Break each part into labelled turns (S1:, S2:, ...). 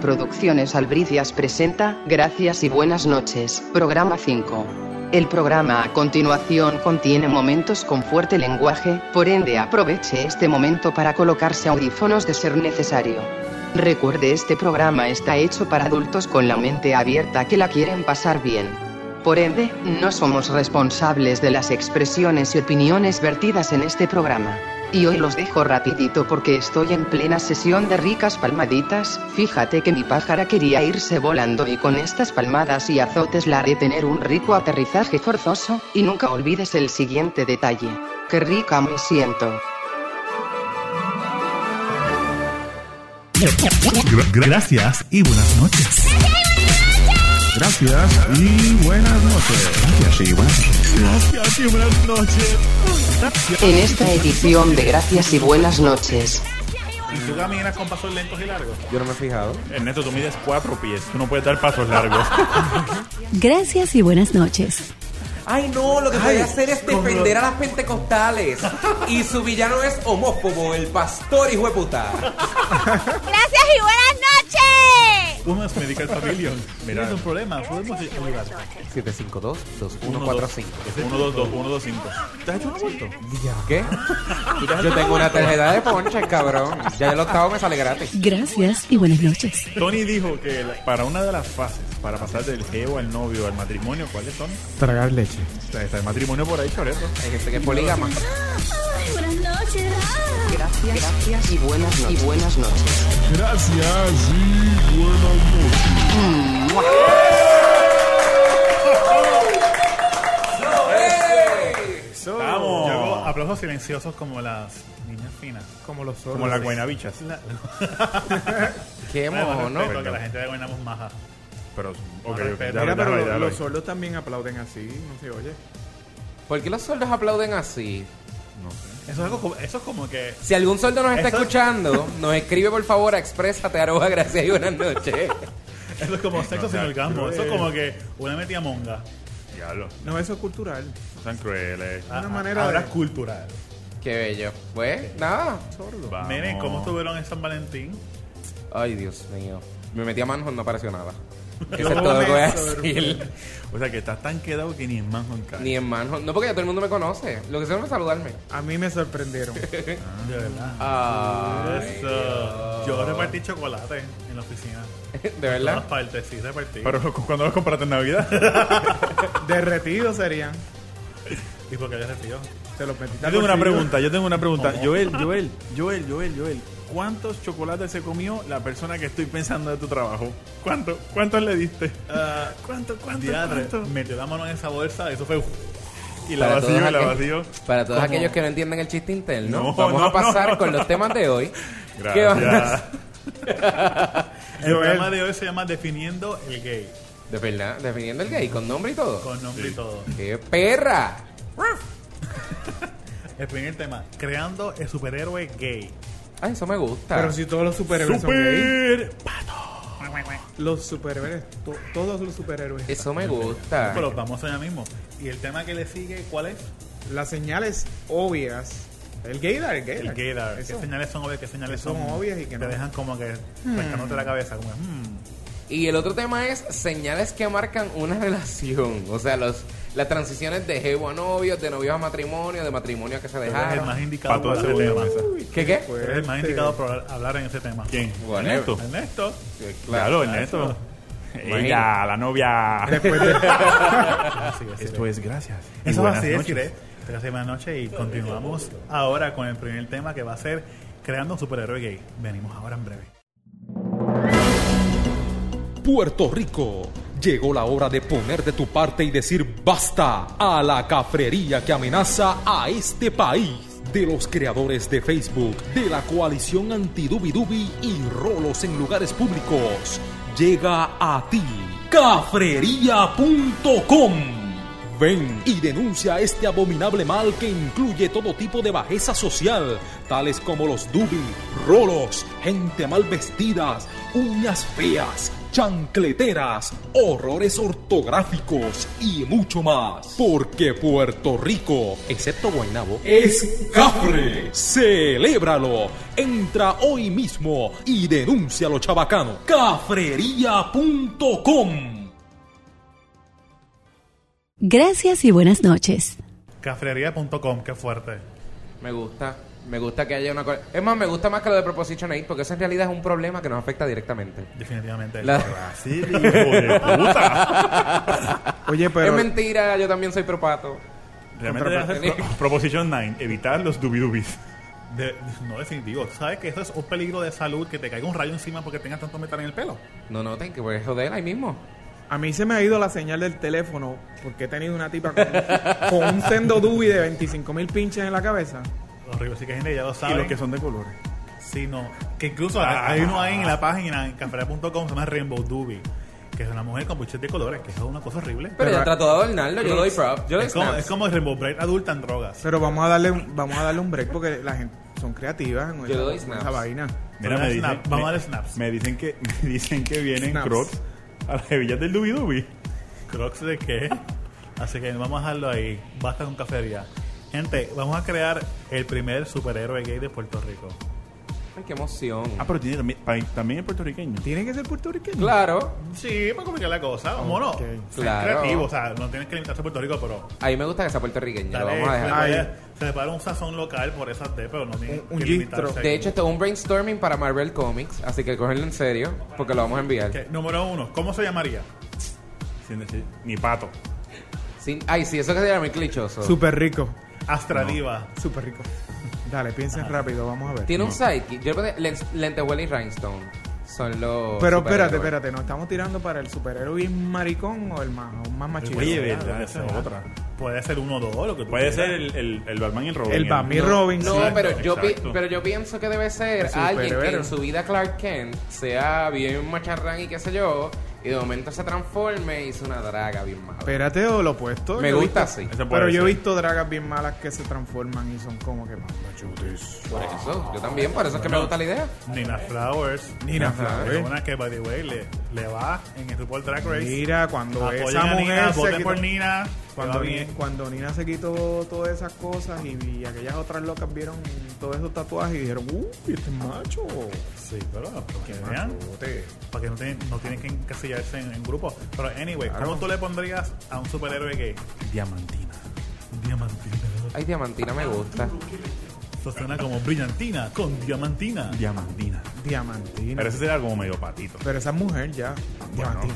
S1: Producciones Albricias presenta Gracias y buenas noches, programa 5. El programa a continuación contiene momentos con fuerte lenguaje, por ende aproveche este momento para colocarse audífonos de ser necesario. Recuerde este programa está hecho para adultos con la mente abierta que la quieren pasar bien. Por ende, no somos responsables de las expresiones y opiniones vertidas en este programa. Y hoy los dejo rapidito porque estoy en plena sesión de ricas palmaditas, fíjate que mi pájara quería irse volando y con estas palmadas y azotes la haré tener un rico aterrizaje forzoso, y nunca olvides el siguiente detalle. Qué rica me siento.
S2: Gra- gra- gracias y buenas noches. Gracias y buenas noches. Gracias y buenas noches. Gracias y buenas noches.
S1: En esta edición de Gracias y Buenas noches,
S3: Y tú caminas con pasos lentos y largos.
S4: Yo no me he fijado.
S3: Ernesto, tú mides cuatro pies. Tú no puedes dar pasos largos.
S5: Gracias y buenas noches.
S4: Ay, no, lo que voy
S3: Ay,
S4: a hacer es
S3: con
S4: defender
S3: lo-
S4: a las pentecostales. y su villano es homófobo, el pastor hijo de puta.
S6: Gracias y buenas noches.
S3: Uno es Medical Pavilion. Mira, es un problema. Podemos ayudar.
S4: 752-2145.
S3: 122125. ¿Te has hecho un aborto?
S4: ¿Qué? Yo tengo una tarjeta de ponche, cabrón. Ya el octavo me sale gratis.
S5: Gracias y buenas noches.
S3: Tony dijo que la- para una de las fases, para pasar del geo al novio al matrimonio, ¿cuáles son?
S7: Tragar leche.
S3: Está está el matrimonio por ahí, choreto.
S4: Hay gente que es polígama.
S6: Buenas noches.
S1: gracias, gracias y buenas, no- y buenas noches.
S7: Gracias y buenas noches.
S3: Vamos. Llegó aplausos silenciosos como las niñas finas.
S7: Como los zorros.
S3: Como las guaynabichas.
S4: Qué
S3: Además,
S4: mono.
S3: respeto, que la gente de Guayna es maja. Pero,
S7: Ok,
S3: Más
S7: ok,
S3: respeto.
S7: Mira, pero
S3: Déjalo ahí,
S7: lo-
S3: déjalo
S7: los
S3: ahí.
S7: sordos también aplauden así, no se oye.
S4: ¿Por qué los soldos aplauden así?
S3: Eso es, algo como- eso es como que
S4: Si algún soldo nos está
S3: Eso-
S4: escuchando, nos escribe por favor a exprésate arroba gracias y buenas noches.
S3: Eso es como sexo sin orgasmo. Eso es como que una metida monga. Diablo.
S7: No, eso es cultural.
S3: No sean crueles.
S7: Una manera
S3: Ah, Ahora
S7: de-
S3: es cultural.
S4: Qué bello. Pues, nada.
S7: Sordo.
S3: Miren, ¿cómo estuvieron en San Valentín?
S4: Ay, Dios mío. Me metí a Manhunt, no apareció nada.
S7: Yo
S4: Eso es todo lo que voy a
S7: me
S4: decir.
S3: O sea, que estás tan quedado que ni en Manhunt cae.
S4: Ni en Manhunt. No, porque ya todo el mundo me conoce. Lo que hicieron fue saludarme.
S7: A mí me sorprendieron.
S3: De verdad. Ah.
S4: Ay,
S3: Eso. Yo repartí chocolate en la oficina.
S4: de
S3: En todas
S4: verdad.
S3: partes, sí, repartí. Pero cuando los compraste en Navidad.
S7: Derretidos serían.
S3: ¿Y por qué les refirió?
S7: Se los metí.
S3: Yo
S7: al
S3: tengo una
S7: bolsillo.
S3: pregunta, yo tengo una pregunta. Joel, Joel, Joel, Joel, Joel. ¿Cuántos chocolates se comió la persona que estoy pensando de tu trabajo? ¿Cuántos? ¿Cuántos le diste? ¿Cuántos? ¿Cuántos? ¿Cuántos? Ah, Metió la mano en esa bolsa, eso fue... Y la
S4: Para
S3: vacío,
S4: todos
S3: y la
S4: aquel-
S3: vacío.
S4: Para todos
S3: ¿Cómo?
S4: aquellos que no entienden el chiste interno,
S3: No,
S4: vamos
S3: no,
S4: a pasar
S3: no.
S4: con los temas de hoy. ¿Qué van a
S3: Gracias.
S4: hacer?
S3: el programa de hoy se llama Definiendo el Gay,
S4: De verdad, definiendo el gay, con nombre y todo.
S3: con nombre y todo.
S4: ¡Qué perra!
S3: El primer tema, creando el superhéroe gay.
S4: Ay, eso me gusta.
S7: Pero si todos los superhéroes son gays.
S3: Super...
S7: Los superhéroes, to- todos los superhéroes.
S4: Eso me gusta.
S3: Pero vamos allá mismo. ¿Y el tema que le sigue cuál es?
S7: Las señales obvias. El gaydar, el gaydar.
S3: El gaydar. ¿Qué
S7: Eso.
S3: señales son obvias? ¿Qué señales
S7: Son
S3: son,
S7: obvias y que no.
S3: Te dejan como que
S4: Hmm.
S3: rascándote la cabeza. Como, hmm.
S4: Y el otro tema es señales que marcan una relación. O sea, los, las transiciones de jevo a novio, de novio a matrimonio, de matrimonio a que se
S3: Eres el
S4: dejaron.
S3: más indicado para ese tema. Eres
S4: ¿Qué qué?
S3: el más indicado para hablar en ese tema. ¿Quién?
S4: Whatever.
S3: Ernesto. Ernesto.
S4: Sí,
S3: Claro, Ernesto.
S4: Imagina.
S3: la novia. Esto es gracias. Eso va a ¿eh? ser, Gracias buenas noches y continuamos ahora con el primer tema que va a ser creando un superhéroe gay. Venimos ahora en breve.
S8: Puerto Rico. Llegó la hora de poner de tu parte y decir basta a la cafrería que amenaza a este país. De los creadores de Facebook, de la coalición antidubidubi y rolos en lugares públicos, llega a ti cafrería.com. Ven y denuncia este abominable mal que incluye todo tipo de bajeza social, tales como los dubi, rolos, gente mal vestidas, uñas feas, chancleteras, horrores ortográficos y mucho más. Porque Puerto Rico, excepto Guaynabo, es cafre. Celébralo. Entra hoy mismo y denuncia lo chabacano. Cafrería.com
S5: Gracias y buenas noches.
S3: Cafrería.com, qué fuerte.
S4: Me gusta. Me gusta que haya una cosa. Es más, me gusta más que lo de Proposition 8 porque eso en realidad es un problema que nos afecta directamente.
S3: Definitivamente.
S4: La-
S3: Sí, hijo de puta.
S7: Oye, pero.
S4: Es mentira, yo también soy propato.
S3: Realmente
S4: Contra-
S3: debe ser pro- Proposition 9, evitar los dubidubis. De, no definitivo. ¿Sabes que eso es un peligro de salud que te caiga un rayo encima porque tengas tanto metal en el pelo?
S4: No noten que voy a joder ahí mismo.
S7: A mí se me ha ido la señal del teléfono porque he tenido una tipa con, con un sendo dubi de 25 mil pinches en la cabeza.
S3: Horrible, así que gente ya lo sabe.
S9: Y los que son de Ah. colores.
S3: Sí, no. Que incluso hay uno ahí en la página, en cafrea.com, se llama Rainbow Doobie, que es una mujer con puchetes de colores, que es una cosa horrible.
S4: Pero yo trato de adornarlo, yo le doy prop, yo le doy
S3: es, como, es
S4: snaps.
S3: como Rainbow Bright adulta en drogas.
S7: Pero vamos a darle un, vamos a darle un break porque la gente son creativas en
S4: le
S7: esa-
S4: doy
S7: en esa
S4: snaps.
S7: vaina.
S3: Vamos a dar snap, vamos a dar snaps.
S9: Me dicen que, me dicen que vienen
S7: Snaps.
S9: crocs a las hebillas del Dubi Dubi.
S3: ¿Crocs de qué? Así que vamos a dejarlo ahí. Basta con cafetería. Gente, vamos a crear el primer superhéroe gay de Puerto Rico.
S4: Ay, qué emoción.
S9: Ah, pero tiene también, pa- también el puertorriqueño.
S7: Tiene que ser puertorriqueño.
S4: Claro,
S3: Sí, para complicar la cosa. Vamos, no. Ser
S4: Claro.
S3: creativo, o sea, no tienes que limitarse a Puerto Rico, pero
S4: a mí me gusta que sea puertorriqueño, lo
S3: dale,
S4: vamos a dejar.
S3: se, le
S7: Ahí.
S3: puede, se le paga un sazón local por esas D, pero no tiene
S7: Un- un
S3: que
S7: gistro.
S3: limitarse.
S4: De hecho, esto es un brainstorming para Marvel Comics, así que cogerlo en serio porque lo vamos a enviar.
S3: Ok, número uno, ¿cómo se llamaría?
S9: Sin decir- Ni pato.
S4: Sí, ay, sí, eso que sería muy clichoso.
S7: Súper rico.
S3: Astradiva.
S7: Súper rico. Dale, piensen rápido, vamos a ver.
S4: Tiene un sidekick. Yo le puse len- lentejuela y rhinestone. Son los.
S7: Pero espérate,
S4: superhéroes.
S7: espérate, ¿nos estamos tirando para el superhéroe bien maricón o el más, o más machista?
S9: Oye,
S3: Claro,
S9: verdad,
S3: esa
S9: esa
S3: es
S9: es
S3: otra. Puede ser uno o dos, lo que tú
S9: Puede
S3: quieras.
S9: ser el, el, el Batman y el Robin.
S7: El Batman. Mi Robin,
S4: No,
S7: sí.
S4: pero, yo pi-
S9: Exacto.
S4: pero yo pienso que debe ser
S7: El
S4: alguien que
S7: superhéroe.
S4: en su vida Clark Kent sea bien macharrán y qué sé yo, y de momento se transforme y es una draga bien mala.
S7: Espérate, o lo opuesto.
S4: Me
S7: yo he
S4: gusta
S7: visto-
S4: así.
S9: Ese puede
S7: Pero yo he
S9: ser.
S7: visto dragas bien malas que se transforman y son como que más.
S4: Por eso, yo también, por eso es que me gusta la idea.
S3: Nina Flowers.
S7: Nina
S3: Es
S7: Flowers.
S3: una que, by the way, le, le va en el RuPaul Drag
S9: Pues,
S3: Race.
S7: Mira, cuando
S3: Apoyen
S7: esa
S3: a Nina,
S7: mujer se
S3: voten
S7: quitó,
S3: por Nina. le va
S7: cuando, Ni-
S3: bien.
S7: cuando Nina se quitó todas esas cosas y, y aquellas otras locas vieron todos esos tatuajes y dijeron, uy, este es macho.
S3: Sí, pero para que vean. Para que no tienen, no tienen que encasillarse en, en grupos. Pero, anyway, ¿cómo tú le pondrías a un superhéroe gay? Diamantina. Diamantina.
S4: Ay, Diamantina me gusta.
S3: Eso suena como brillantina con diamantina.
S9: Diamantina.
S7: Diamantina.
S9: Pero
S7: Pero,
S9: ese será como medio patito.
S7: esa mujer ya. Diamantina.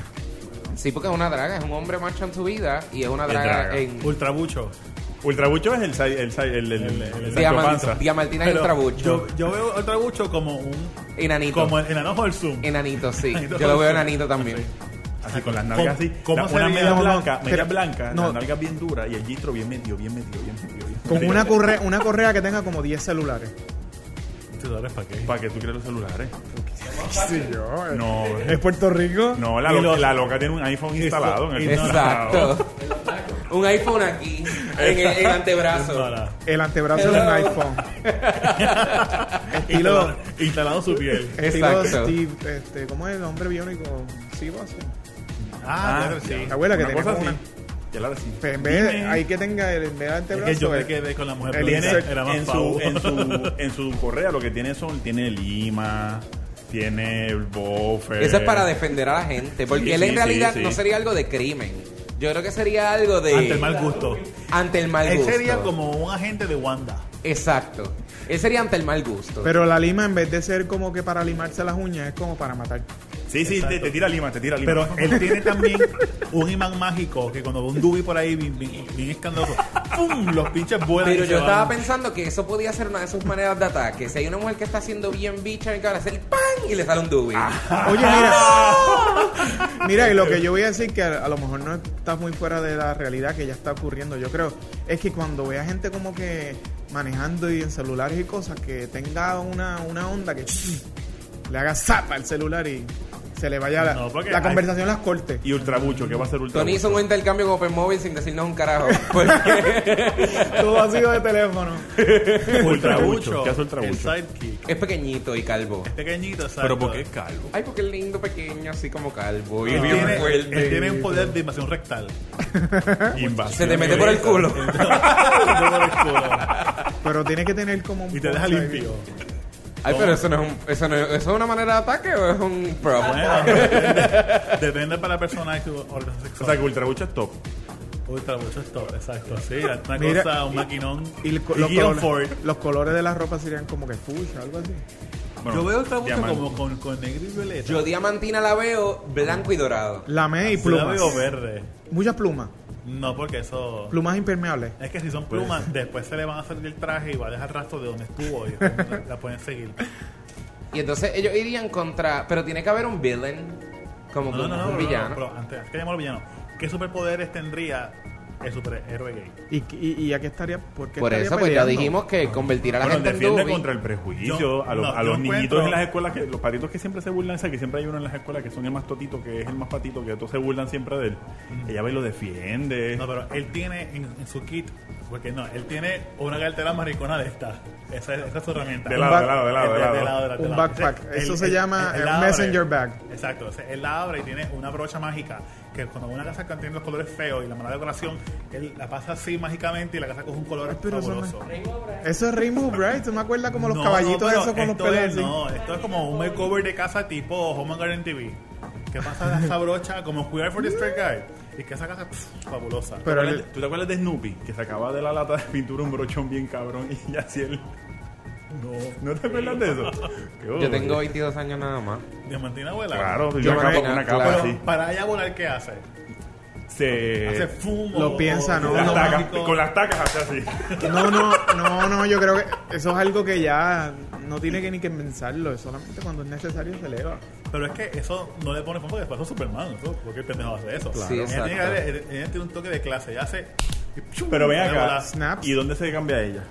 S4: Sí, porque es una draga, es un hombre macho en su vida y es una
S9: Es
S4: draga,
S9: draga.
S4: en.
S3: Ultrabucho.
S9: Ultrabucho es el, sa- el, sa- el, el, el, el Sancho
S4: Diaman-
S9: Panza.
S4: Diamantina y
S3: Pero
S4: Ultrabucho.
S3: Yo, yo veo Ultrabucho como un.
S4: Enanito.
S3: Como el enanojo del Zoom.
S4: Enanito, sí.
S3: Enanito.
S4: Yo lo veo enanito también.
S9: Así con las
S3: ¿Cómo-
S9: nalgas así.
S3: cómo
S9: La-
S3: sería?
S9: una media
S7: No, no,
S9: blanca, media
S7: pero-
S9: blanca,
S7: no.
S9: las nalgas bien duras y el gistro bien metido, bien metido, bien metido. bien
S7: Con
S9: metido.
S7: una correa, una correa que tenga como 10 celulares.
S3: Ultrabucho. ¿Para qué?
S9: Para que tú creas los celulares.
S7: Sí, yo. eh.
S9: No,
S7: ¿Es Puerto Rico?
S9: no la,
S3: Y
S9: lo-
S3: los-
S9: la loca tiene un iPhone instalado en el computador.
S4: Exacto. un iPhone aquí, en el, en el antebrazo.
S3: Para.
S7: El antebrazo de un
S4: Hello.
S7: iPhone.
S3: Instalado,
S7: estilo
S3: instalado su piel.
S7: estilo
S4: Exacto.
S7: Steve, este, ¿cómo es el hombre biónico? Sí, va a ser.
S3: Ah, claro, sí.
S7: La abuela que
S9: Una cosa
S7: tenemos una.
S9: así. Ya la decimos.
S7: Pues en vez de,
S3: Dime.
S7: ahí que tenga el, en vez del
S3: Es
S7: antebrazo.
S3: que yo me
S7: el-
S3: quedé con la mujer
S7: el
S3: blanca,
S7: insert
S3: era más
S9: en, su,
S3: pavo.
S9: en, su, en su correa lo que tiene son, tiene lima, tiene el buffer.
S4: Eso es para defender a la gente, porque
S9: Eh, Sí,
S4: él en
S9: sí,
S4: realidad
S9: sí, sí.
S4: no sería algo de crimen. Yo creo que sería algo de...
S3: Ante el mal gusto.
S4: Ante el mal
S3: Él
S4: gusto.
S3: sería como un agente de Wanda.
S4: Exacto. Él sería ante el mal gusto.
S7: Pero la lima, en vez de ser como que para limarse las uñas, es como para matar.
S9: Sí, sí, te, te tira lima, te tira lima.
S3: Pero él tiene también un imán mágico que cuando ve un dubi por ahí bien, bien- bien escandaloso, ¡pum! Los pinches vuelan.
S4: Pero
S3: y
S4: yo
S3: se
S4: estaba
S3: van.
S4: pensando que eso podía ser una de sus maneras de ataque. Si hay una mujer que está haciendo bien bicha, hay que hacer el pan y le sale un dubi.
S3: Ah,
S7: Oye, mira. mira, y lo que yo voy a decir, que a, a lo mejor no estás muy fuera de la realidad que ya está ocurriendo, yo creo, es que cuando vea gente como que manejando y en celulares y cosas, que tenga una, una onda que le haga zapa el celular y se le vaya la,
S3: No, porque
S7: la
S3: hay-
S7: conversación las corte.
S9: Y Ultrabucho, ¿qué va a ser
S4: Tony
S9: Ultrabucho?
S4: hizo un intercambio con Open sin decirnos un carajo. Porque
S7: Todo ha sido de teléfono.
S9: Ultrabucho. ¿Qué hace
S3: El
S9: Ultrabucho?
S3: sidekick.
S4: es pequeñito y calvo.
S3: Pequeñito, exacto.
S8: Pero porque es calvo.
S4: Ay, porque es lindo, pequeño, así como calvo. Y
S3: Él
S4: bien
S3: tiene,
S4: fuerte.
S3: él tiene un poder de invasión rectal.
S9: Invasión.
S4: Se te mete por el culo.
S7: Pero tiene que tener como un.
S3: y te deja
S7: bonsai.
S3: limpio.
S4: Ay, pero eso no es un, eso no es, eso es una manera de ataque o es un problema.
S3: Bueno, depende, depende para la persona que orden
S9: O
S3: sexual.
S9: sea que Ultrabucho es top.
S3: Ultrabucho es todo, exacto. Sí, una
S7: Mira,
S3: cosa, un maquinón.
S7: Y, el co- los,
S3: Guion Ford.
S7: colores, los colores de la ropa serían como que fuchsia, algo así.
S9: Bueno,
S3: Yo veo Ultrabucho
S9: diamante.
S3: como con, con negro y violeta.
S4: Yo diamantina la veo blanco y dorado.
S7: Lamé y
S3: Yo la
S7: plumas.
S3: veo verde.
S7: Muchas plumas.
S3: No, porque eso.
S7: Plumas impermeables.
S3: Es que si son plumas, después se le van a salir el traje y va a dejar rastro de donde estuvo y la, la pueden seguir.
S4: Y entonces ellos irían contra. Pero tiene que haber un villain. Como
S3: No,
S4: que
S3: no, no,
S4: un
S3: no, no,
S4: villano.
S3: no, pero antes, antes que llamar villano, ¿qué superpoderes tendría el superhéroe gay?
S7: ¿Y, y, y a qué estaría? ¿Por qué
S4: Por
S7: estaría
S4: eso, pues ya
S7: peleando?
S4: dijimos que convertir a la
S9: Bueno,
S4: gente en
S9: defiende
S4: Dubi.
S9: contra el prejuicio
S3: Yo-
S9: a los,
S3: no,
S9: a
S3: yo
S9: los niñitos
S3: encuentro-
S9: en las escuelas, que los paritos que siempre se burlan, ese que siempre hay uno en las escuelas que son el más totito, que es el más patito, que todos se burlan siempre de él. Ella ve y lo defiende.
S3: No, pero él tiene en, en su kit, porque no, él tiene una cartera maricona de esta. Esa, esa es su herramienta.
S9: De
S3: Un
S9: lado,
S3: back-
S9: de lado, de lado, de lado.
S3: de
S7: Un
S3: lado.
S7: backpack.
S3: Ese-
S7: Eso
S3: él-
S7: se
S3: él-
S7: llama,
S3: él
S7: eh,
S3: la
S7: messenger bag.
S3: Exacto. Ese- él la abre y tiene una brocha mágica que cuando una casa contiene los colores feos y la mala decoración, él la pasa así mágicamente y la casa coge un color
S7: pero eso no es-
S3: fabuloso.
S7: Eso es Rainbow Bright. ¿Tú me acuerdas como los
S3: No,
S7: caballitos
S3: no, pero
S7: esos con los
S3: esto
S7: pelos
S3: es-
S7: así?
S3: No, esto es como un makeover de casa tipo Home and Garden TV. Que pasa esa brocha como Queer for the Straight Guy. Y que esa casa pff, fabulosa.
S7: Pero
S9: ¿Tú te
S7: el-
S9: acuerdas- ¿Tú te acuerdas de Snoopy? Que sacaba de la lata de pintura un brochón bien cabrón y ya así él. No. ¿No te acuerdas de eso? Qué
S4: Yo
S9: bobo.
S4: tengo 22 años nada más.
S3: Diamantina abuela.
S9: Claro,
S4: Yo
S9: yo una
S4: me-
S9: capa, una capa
S4: claro. Eh,
S9: así.
S3: Pero para ella volar, ¿qué hace? Hace
S9: Se.
S3: fumo.
S7: Lo piensa, ¿no?
S9: con
S3: lo
S9: las tacas-
S3: mágico.
S9: con las tacas hace así.
S7: No, no, no, no, yo creo que eso es algo que ya no tiene que ni que pensarlo, es solamente cuando es necesario se eleva.
S3: Pero es que eso no le pone fumo porque después es Superman. ¿no? ¿Por qué el pendejo hace eso?
S4: Claro. Sí,
S3: ella, tiene que
S4: exacto.
S3: darle- ella tiene un toque de clase. Ella hace. y ¡piu!
S9: Pero ven
S3: Donde
S9: acá.
S3: vuela.
S7: Snaps.
S9: ¿Y dónde se cambia ella?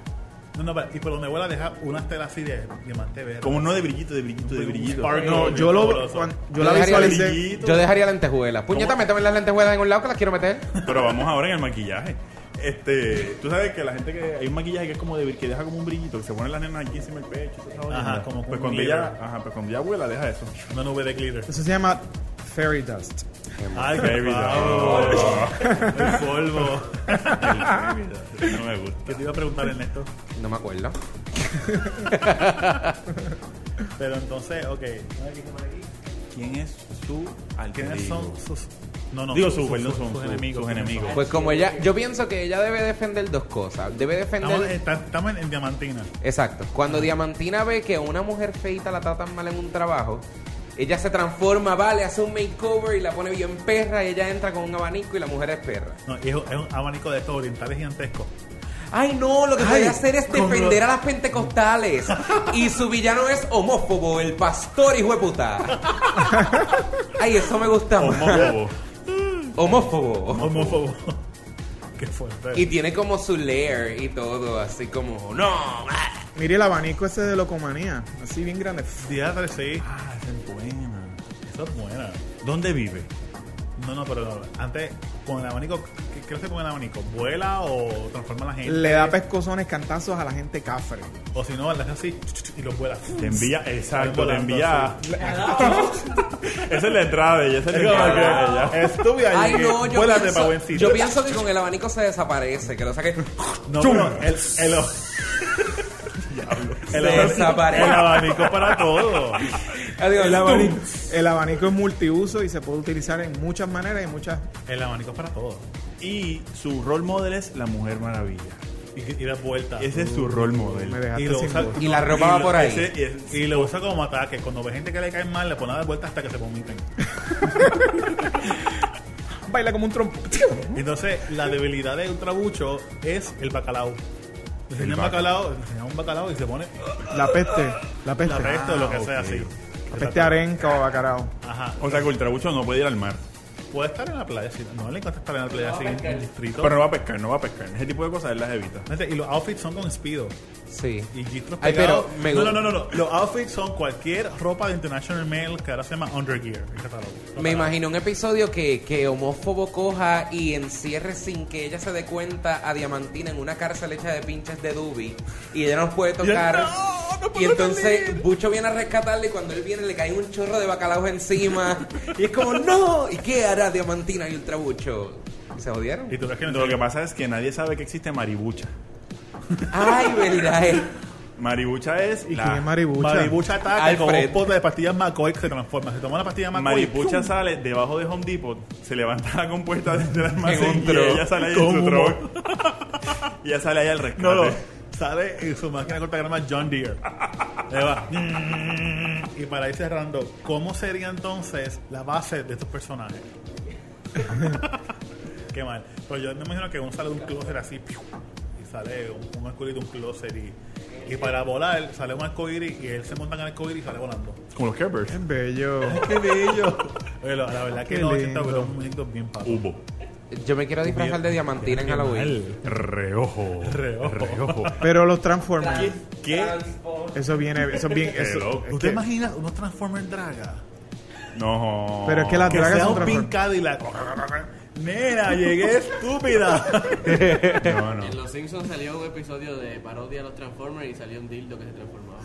S3: No, no, pero- y por donde vuela deja unas telas así de diamante verde.
S9: Como no de brillito, de brillito, de brillito.
S3: Spark.
S7: No, Eh, yo lo cuan- yo la
S4: dejaría-
S7: visualicé.
S4: Yo dejaría lentejuelas. Puñeta, métame las lentejuelas en un lado que las quiero meter.
S9: Pero vamos ahora en el maquillaje. Este, tú sabes que la gente que hay un maquillaje que es como de que deja como un brillito, que se pone la nena aquí encima del pecho, y toda esa
S3: Ajá,
S9: vaina.
S3: como
S9: pues
S3: un
S9: cuando
S3: glitter.
S9: ella, ajá, pues cuando ella abuela deja eso.
S3: Una nube de glitter.
S7: Eso se llama Fairy Dust.
S3: Ay, qué
S9: Baby
S3: pavo.
S9: doll.
S3: El polvo.
S9: No me gusta.
S3: Que te iba a preguntar, Ernesto.
S4: No me acuerdo.
S3: Pero entonces, ok.
S9: ¿Quién es su
S3: ¿Quiénes son sus.? No, no.
S9: Digo,
S3: sus-
S9: su, perdón,
S3: sus-
S9: su-
S3: sus
S9: su-
S3: enemigos.
S9: sus enemigos.
S4: Pues como ella, yo pienso que ella debe defender dos cosas. Debe
S3: Estamos,
S4: defender.
S3: está- estamos en, en Diamantina.
S4: Exacto. Cuando Diamantina ve que a una mujer feita la tratan mal en un trabajo, ella se transforma, vale, hace un makeover y la pone bien perra y ella entra con un abanico y la mujer es perra.
S3: No, y es, un- es un abanico de estos orientales gigantescos.
S4: Ay, no, lo que
S3: Ay,
S4: voy a hacer es
S3: con
S4: defender
S3: lo-
S4: a las pentecostales. y su villano es homófobo, el pastor hijo de puta. Ay, eso me gusta más.
S9: Homófobo.
S4: Homófobo.
S3: Homófobo. Qué fuerte.
S4: Y tiene como su lair y todo, así como, no, ma".
S7: Mire el abanico ese de locomanía, así bien grande.
S3: Diadre, sí.
S9: Ah, esa es buena.
S3: Eso es buena.
S9: ¿Dónde vive?
S3: No, no, pero no. antes, con el abanico, ¿qué, qué hace con el abanico? ¿Vuela o transforma a la gente?
S7: Le da pescozones, cantazos a la gente cafre.
S3: O si no, le hace así y lo vuela.
S9: Te envía, exacto, te
S3: volando,
S9: envía. esa es la entrada de ella, esa es la
S3: como
S9: entrada de ella.
S3: Estúpida.
S4: Ay, no, yo
S3: Vuélate pa' buen
S4: pienso,
S3: sitio.
S4: yo pienso que con el abanico se desaparece, que lo saque.
S3: No, pero el, el, el,
S4: Desaparece.
S3: el abanico para todo.
S4: Adiós,
S7: El abanico, el abanico es multiuso y se puede utilizar en muchas maneras y muchas...
S3: El abanico para todo.
S9: Y su rol model es la Mujer Maravilla.
S3: Y, y da vuelta.
S9: Ese es su rol model.
S7: Me dejaste
S3: Y lo
S7: sin
S3: usa-
S7: voz.
S4: Y la ropa va por ahí.
S9: Ese- y es-
S3: Y lo usa como ataque. Cuando ve gente que le cae mal, le pone a dar vuelta hasta que se vomiten.
S7: Baila como un trompo.
S3: Entonces, la debilidad de Ultrabucho es el bacalao. Le enseñan bacalao, le enseñan un bacalao y se pone
S7: La peste, la peste.
S3: la resto de lo que
S9: Ah,
S3: sea
S9: ok.
S3: así.
S4: Este
S7: La peste arenca o bacarao.
S3: Ajá.
S9: O sea que Ultrabucho no puede ir al mar. Puede estar en la playa, sí. No le encanta estar en la playa,
S4: va a
S9: sí, en
S4: pescar.
S9: el distrito. Pero no va a pescar, no va a pescar. Ese tipo de cosas él las evita.
S3: Gente, Y los outfits son con Speedo.
S4: Sí.
S3: Y gistros
S4: Ay,
S3: pegados.
S4: pero me
S3: no, no,
S4: gusta.
S3: no, no, no. Los outfits son cualquier ropa de International Mail que ahora se llama Undergear. el catálogo.
S4: Me imagino un episodio que, que homófobo coja y encierre sin que ella se dé cuenta a Diamantina en una cárcel hecha de pinches de Dubi y ella no puede tocar. y entonces Bucho viene a rescatarle y cuando él viene le cae un chorro de bacalao encima. y es como, ¡no! ¿Y qué hará Diamantina y Ultra Bucho? ¿Y se
S9: Y
S4: jodieron?
S9: tú ves que no- lo que pasa es que nadie sabe que existe maribucha.
S4: ¡Ay, verdad! eh.
S9: Maribucha es.
S7: ¿Y
S9: la-
S7: quién es Maribucha?
S3: Maribucha ataca
S4: Alfred.
S3: con un pote de pastillas McCoy que se transforma. Se toma la pastilla McCoy.
S9: Maribucha
S3: ¡pum!
S9: sale debajo de Home Depot, se levanta la compuesta desde el almacén y
S4: tro.
S9: ella sale ahí
S3: Con
S9: en su
S3: humo.
S9: tro. y ella sale ahí al rescate.
S3: No, no. Sale en su máquina corta grama John Deere. Le va. Y para ir cerrando, ¿cómo sería entonces la base de estos personajes? Qué mal. Pero yo me imagino que uno sale de un closet así. ¡piu! Y sale un, un arcoíris de un closet. Y, y para volar, sale un arcoíris y él se monta en el arcoíris y sale volando.
S9: Como los Care Bears.
S7: Es bello.
S3: ¡Qué bello! Oye, la, la verdad que
S7: Qué
S3: no,
S7: lindo.
S3: pero un muñeco bien padre.
S9: Hubo.
S4: Yo me quiero disfrazar de Diamantina en Halloween.
S9: Reojo.
S3: Reojo.
S9: Reojo.
S7: Pero los Transformers.
S9: ¿Qué?
S7: Eso viene, eso es bien.
S9: Qué
S7: eso-
S9: loco.
S7: es
S3: Ah, ¿Usted
S7: que-
S3: imagina unos Transformers Draga?
S9: No.
S7: Pero es que la- Las
S3: Que
S7: dragas
S3: sea
S7: son
S3: un
S7: Transformers.
S3: pink Cadillac. Nena, llegué estúpida.
S9: No, no.
S10: En Los Simpsons salió un episodio de parodia a los Transformers y salió un dildo que se transformaba.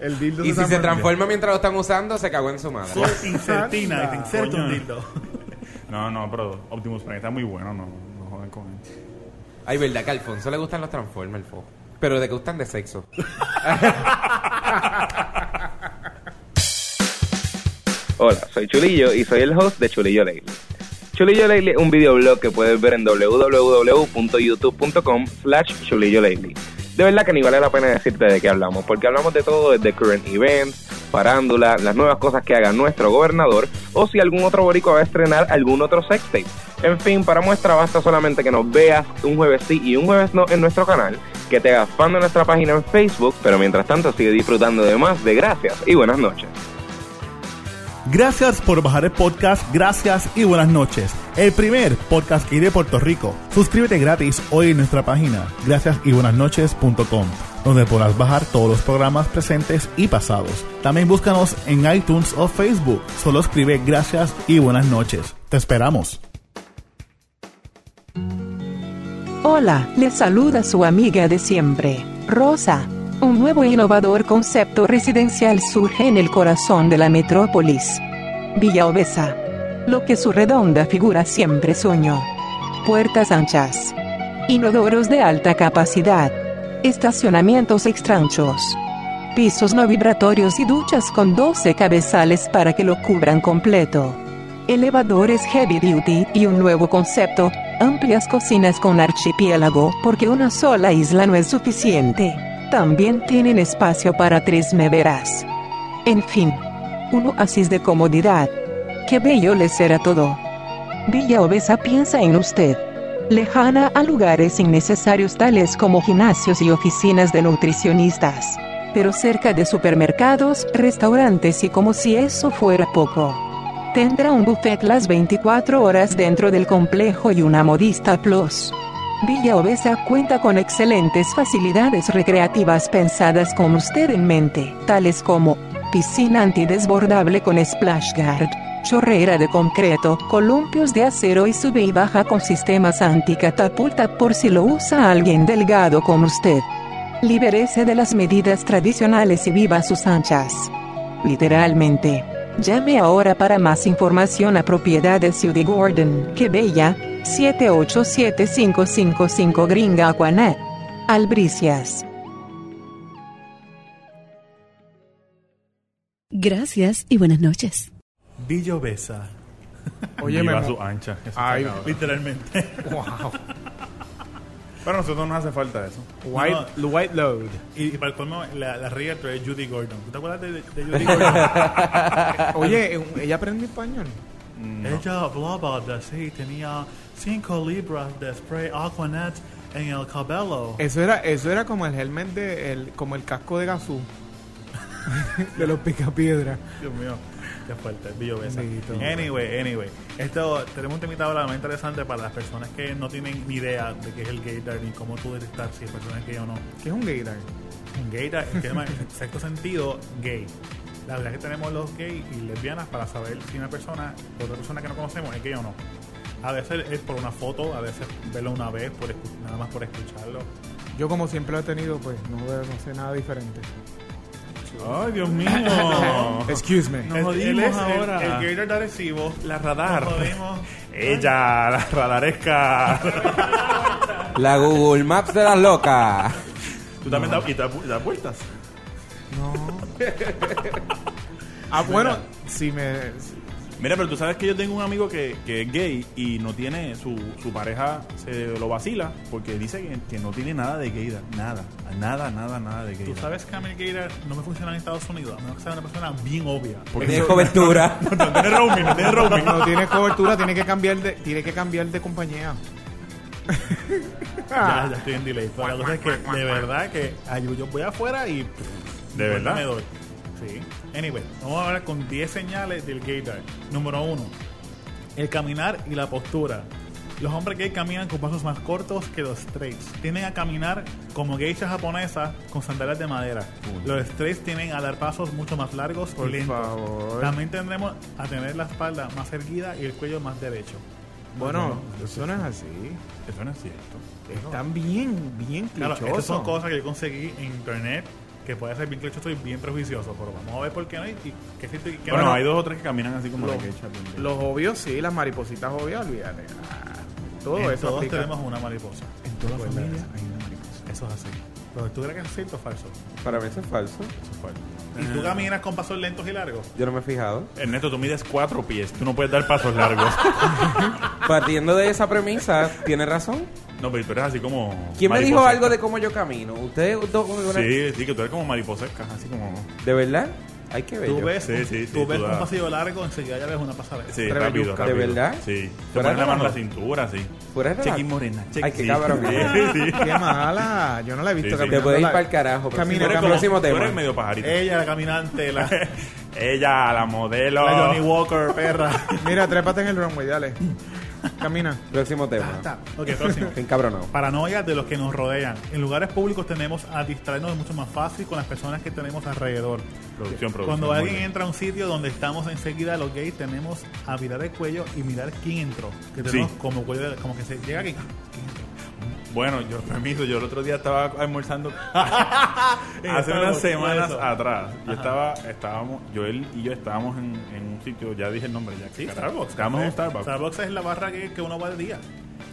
S7: el dildo
S4: Y si se
S7: transforma.
S4: transforma mientras lo están usando, se cagó en su madre.
S3: Soy insertina y te inserto
S9: Coño.
S3: un dildo.
S9: No, no, pero Optimus Prime está muy bueno, no, no jodan con él.
S4: Ay, verdad que a Alfonso le gustan los Transformers, fo. Pero de que gustan de sexo.
S11: Hola, soy Chulillo y soy el host de Chulillo Lately. Chulillo Lately es un videoblog que puedes ver en www.youtube.com slash Chulillo Lately. De verdad que ni vale la pena decirte de qué hablamos, porque hablamos de todo desde current events, parándula, las nuevas cosas que haga nuestro gobernador, o si algún otro boricua va a estrenar algún otro sextape. En fin, para muestra basta solamente que nos veas un jueves sí y un jueves no en nuestro canal, que te hagas fan de nuestra página en Facebook, pero mientras tanto sigue disfrutando de más de gracias y buenas noches.
S3: Gracias por bajar el podcast, gracias y buenas noches. El primer podcast que iré de Puerto Rico. Suscríbete gratis hoy en nuestra página, gracias y buenas noches.com, donde podrás bajar todos los programas presentes y pasados. También búscanos en iTunes o Facebook. Solo escribe gracias y buenas noches. Te esperamos.
S12: Hola, les saluda su amiga de siempre, Rosa. Un nuevo e innovador concepto residencial surge en el corazón de la metrópolis. Villa Obesa. Lo que su redonda figura siempre soñó. Puertas anchas. Inodoros de alta capacidad. Estacionamientos extranchos. Pisos no vibratorios y duchas con 12 cabezales para que lo cubran completo elevadores heavy duty y un nuevo concepto, amplias cocinas con archipiélago porque una sola isla no es suficiente. También tienen espacio para tres neveras. En fin, un oasis de comodidad. Qué bello les será todo. Villa Obesa piensa en usted. Lejana a lugares innecesarios tales como gimnasios y oficinas de nutricionistas. Pero cerca de supermercados, restaurantes y como si eso fuera poco. Tendrá un buffet las 24 horas dentro del complejo y una modista plus. Villa Obesa cuenta con excelentes facilidades recreativas pensadas con usted en mente, tales como piscina antidesbordable con splash guard, chorrera de concreto, columpios de acero y sube y baja con sistemas anticatapulta por si lo usa alguien delgado como usted. Libérese de las medidas tradicionales y viva sus anchas. Literalmente. Llame ahora para más información a Propiedades Judy Gordon, que bella, 787-555 Gringa Aquanet. Albricias.
S5: Gracias y buenas noches.
S3: Villa Obesa.
S7: Oye, me
S9: Viva
S7: mo-
S9: su ancha. eso está
S7: Ay,
S9: cabrón.
S3: Literalmente.
S7: wow.
S9: Pero a nosotros no nos hace falta eso.
S7: White, white Load.
S3: Y, y para el colmo, la, la realtor es Judy Gordon. ¿Tú te acuerdas de, de Judy Gordon?
S7: Oye, eh, ella aprende español.
S3: Ella hablaba de sí, tenía 5 libras de spray Aquanet en el cabello.
S7: Eso era, eso era como el helmet de, el, como el casco de Gazú.
S13: de los picapiedras.
S3: Dios mío, qué fuerte, el Billo Besa. Anyway, anyway. Esto, tenemos un temita ahora muy interesante para las personas que no tienen ni idea de qué es el gaydar ni cómo tú detectar si es persona gay o no.
S7: ¿Qué es un gaydar?
S3: Un gaydar es que se llama en sexto sentido gay. La verdad es que tenemos los gays y lesbianas para saber si una persona, otra persona que no conocemos es gay o no. A veces es por una foto, a veces verlo una vez, por escu- nada más por escucharlo.
S13: Yo como siempre lo he tenido, pues no, veo- no sé nada diferente.
S3: Ay, Dios mío.
S13: Excuse me.
S3: Nos jodimos ahora. El, Gator de Arecibo. La radar. Ella, la radaresca.
S4: La Google Maps de las locas.
S3: Tú también das, y das, vu- das vueltas.
S13: Ah,
S3: bueno,
S13: si me.
S3: Mira, pero tú sabes que yo tengo un amigo que, que es gay y no tiene su, su pareja, se lo vacila porque dice que, que no tiene nada de gaydar. Nada, nada, nada, nada de gaydar.
S9: Tú sabes que a mí el gaydar no me funciona en Estados Unidos. A menos que sea una persona bien obvia.
S3: Porque
S4: Tiene
S3: eso-
S4: cobertura.
S3: No, no tiene roaming, no tiene
S7: Pues
S3: roaming.
S13: No tiene cobertura, tiene que cambiar de, tiene que cambiar de compañía.
S3: Ya, ya estoy en delay. Pero la cosa es que de verdad que ay, yo voy afuera y. pff,
S9: ¿De verdad?
S3: me doy. Sí. Anyway, vamos a hablar con 10 señales del gaydar. Número 1. El caminar y la postura. Los hombres gay caminan con pasos más cortos que los straights. Tienden a caminar como geishas japonesas con sandalias de madera. Los straights tienen a dar pasos mucho más largos
S7: Por
S3: y lentos.
S7: favor.
S3: También tendremos a tener la espalda más erguida y el cuello más derecho.
S7: Bueno, eso no es así.
S3: Eso no es cierto.
S7: Están bien, bien
S3: Claro, estas son
S7: clichosos.
S3: cosas que yo conseguí en internet que puede ser bien clichoso y bien prejuicioso, pero vamos a ver por qué no y y qué es cierto y qué
S9: Bueno,
S3: no.
S9: hay dos o tres que caminan así como
S3: Lo-
S9: la quecha. pendejo.
S7: Los obvios sí, las maripositas obvias, olvídate. Ah, Todo
S3: En
S7: eso
S3: todos
S7: aplica.
S3: tenemos una mariposa. En
S7: toda familia
S3: hay una mariposa. Eso es así. Pero tú crees que es cierto o falso.
S14: Para mí eso es falso.
S3: Y tú caminas con pasos lentos y largos.
S14: Yo no me he fijado.
S9: Ernesto, tú mides cuatro pies. Tú no puedes dar pasos largos.
S4: Partiendo de esa premisa, ¿tiene razón?
S9: no, pero tú eres así como.
S4: ¿Quién me dijo
S9: mariposesca.
S4: algo de cómo yo camino? ¿Ustedes dos? una-
S9: Sí, sí, que tú eres como mariposesca. Así como.
S4: ¿De verdad? Hay que ver.
S3: Tú ves,
S9: Sí, sí, sí,
S3: tú ves
S9: tú
S3: un
S9: das.
S3: pasillo largo, enseguida ya ves una pasada.
S9: Sí,
S4: Otra
S9: rápido,
S4: belluca.
S9: rápido.
S4: ¿De verdad?
S9: Sí. Te
S4: Fuera de
S9: pones la mano en la
S4: relajo.
S9: cintura, sí.
S4: Fuera de
S9: Chequi
S4: relajo.
S9: morena, chequi.
S4: Ay, qué cabrón.
S9: Sí, sí.
S7: Qué mala. Yo no la he visto
S9: Sí, sí.
S7: caminando
S4: Te puedes ir
S7: la-
S4: para el carajo.
S7: Camina,
S4: próximo-
S9: Tú eres como-
S4: próximo
S9: tú
S4: tema.
S9: eres medio pajarito.
S3: Ella, la caminante, la,
S9: Ella, la modelo.
S3: la Johnny Walker, perra.
S7: Mira, trépate en el runway, dale. Camina.
S4: Próximo tema.
S3: ok, próximo.
S4: Bien cabronado.
S3: Paranoia de los que nos rodean. En lugares públicos tenemos a distraernos mucho más fácil con las personas que tenemos alrededor.
S9: Producción, producción.
S3: Cuando
S9: muy
S3: alguien
S9: bien.
S3: entra a un sitio donde estamos enseguida los gays, tenemos a mirar el cuello y mirar quién entró. Que tenemos
S9: Sí.
S3: como cuello de- como que se llega aquí.
S9: Bueno, yo permiso, yo el otro día estaba almorzando hace
S3: Estaba
S9: unas
S3: por
S9: semanas
S3: eso.
S9: atrás. Yo estaba, estábamos, Joel y yo estábamos en, en un sitio, ya dije el nombre, ya que carajo. Estábamos en un Starbucks.
S3: Starbucks es la barra que, que uno va de día.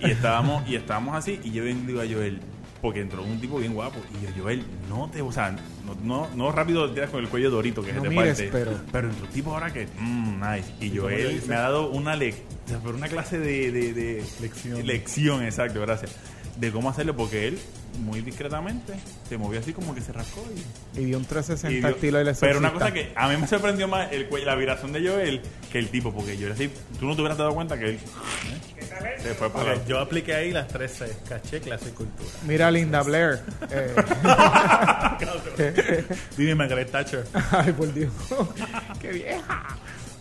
S9: Y estábamos, y estábamos así, y yo le digo a Joel, porque entró un tipo bien guapo, y yo, Joel, no te, o sea, no, no, no rápido te tiras con el cuello dorito que
S13: No
S9: se te
S13: mires,
S9: parte.
S13: pero-
S9: entró un tipo ahora que, mm, nice. Y
S3: como yo
S9: Joel
S3: hice.
S9: me ha dado una le- o sea, pero una clase de, de- de-
S3: Lección.
S9: lección, exacto, gracias. De cómo hacerlo, porque él, muy discretamente, se movió así como que se rascó y
S13: Y dio un
S9: y
S13: 360
S9: dio-
S13: estilo el
S9: Pero una
S13: exorcista.
S9: cosa que a mí me sorprendió más el cuello, la vibración de Joel que el tipo, porque yo era así, tú no te hubieras dado cuenta que él ¿eh? se fue para
S3: Ok, yo apliqué ahí las 13 caché, clase y cultura.
S13: Mira a Linda Blair. Eh,
S9: Ah,
S3: Dime Margaret Thatcher.
S13: ay, por Dios.
S7: Qué vieja.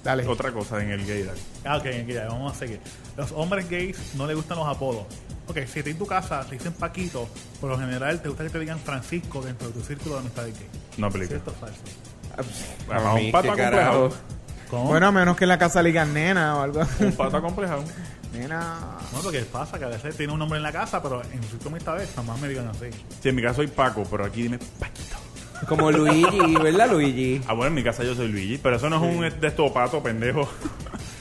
S13: Dale.
S9: otra cosa en el gaydar.
S3: Ah, ok, ok, ya, vamos a seguir. Los hombres gays no les gustan los apodos. Ok, si te en tu casa te dicen Paquito, por lo general te gusta que te digan Francisco dentro de tu círculo de amistad gay.
S9: No aplica.
S3: ¿Cierto o falso?
S9: Bueno,
S4: A mí,
S9: un pato
S4: qué
S9: acomplejado.
S4: carajo.
S3: ¿Cómo?
S13: Bueno, a menos que en la casa le digan nena o algo.
S9: Un pato acomplejado.
S13: Nena.
S3: No, porque pasa que a veces tiene un nombre en la casa, pero en su círculo de amistades jamás me digan así.
S9: Sí, en mi casa soy Paco, pero aquí dime Paquito.
S4: Como Luigi, ¿verdad, Luigi?
S9: Ah, bueno, en mi casa yo soy Luigi, pero eso no es un de estos patos, pendejo.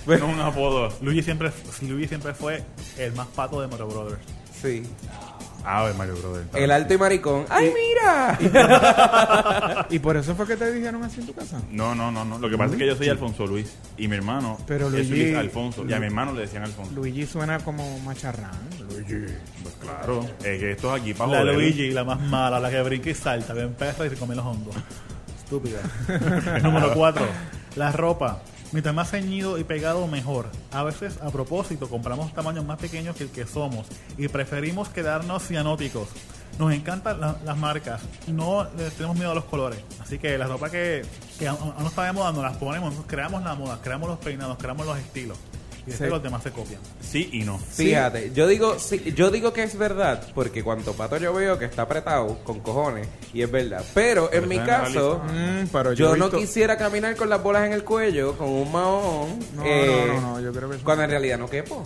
S9: no es un apodo.
S3: Luigi siempre, si Luigi siempre fue el más pato de Mario Brothers.
S4: Sí.
S9: A ver, Mario Brother.
S4: El alto y maricón. ¡Ay, mira!
S13: ¿Y por eso fue que te dijeron así en tu casa?
S9: No, no, no, no. Lo que pasa es que yo soy Alfonso Luis y mi hermano
S13: Pero
S9: es
S13: Luigi-
S9: Luis Alfonso. Y a mi hermano le decían Alfonso.
S13: Luigi suena como macharrán.
S9: Pues claro, es que esto es aquí para
S3: La
S9: joder.
S3: Luigi, la más mala, la que brinca y salta, ven perro y se come los hongos. Estúpida. Número 4. La ropa. Mientras más ceñido y pegado, mejor. A veces, a propósito, compramos tamaños más pequeños que el que somos y preferimos quedarnos cianóticos. Nos encantan la- las marcas. No le tenemos miedo a los colores. Así que las ropas que, que aún aún no está de moda, nos las ponemos. Nosotros creamos la moda, creamos los peinados, creamos los estilos. Y después
S4: Sí.
S3: los demás se copian.
S9: Sí y no.
S4: Fíjate, yo digo sí, yo digo que es verdad porque cuanto pato yo veo que está apretado con cojones y es verdad. Pero en
S7: Pero
S4: mi
S7: está
S4: caso,
S7: analizado. Mm, pero yo
S4: yo,
S7: he
S4: no
S7: visto-
S4: quisiera caminar con las bolas en el cuello con un mahón.
S7: No,
S4: eh,
S7: no, no, no, yo creo que eso-
S4: cuando en realidad no quepo,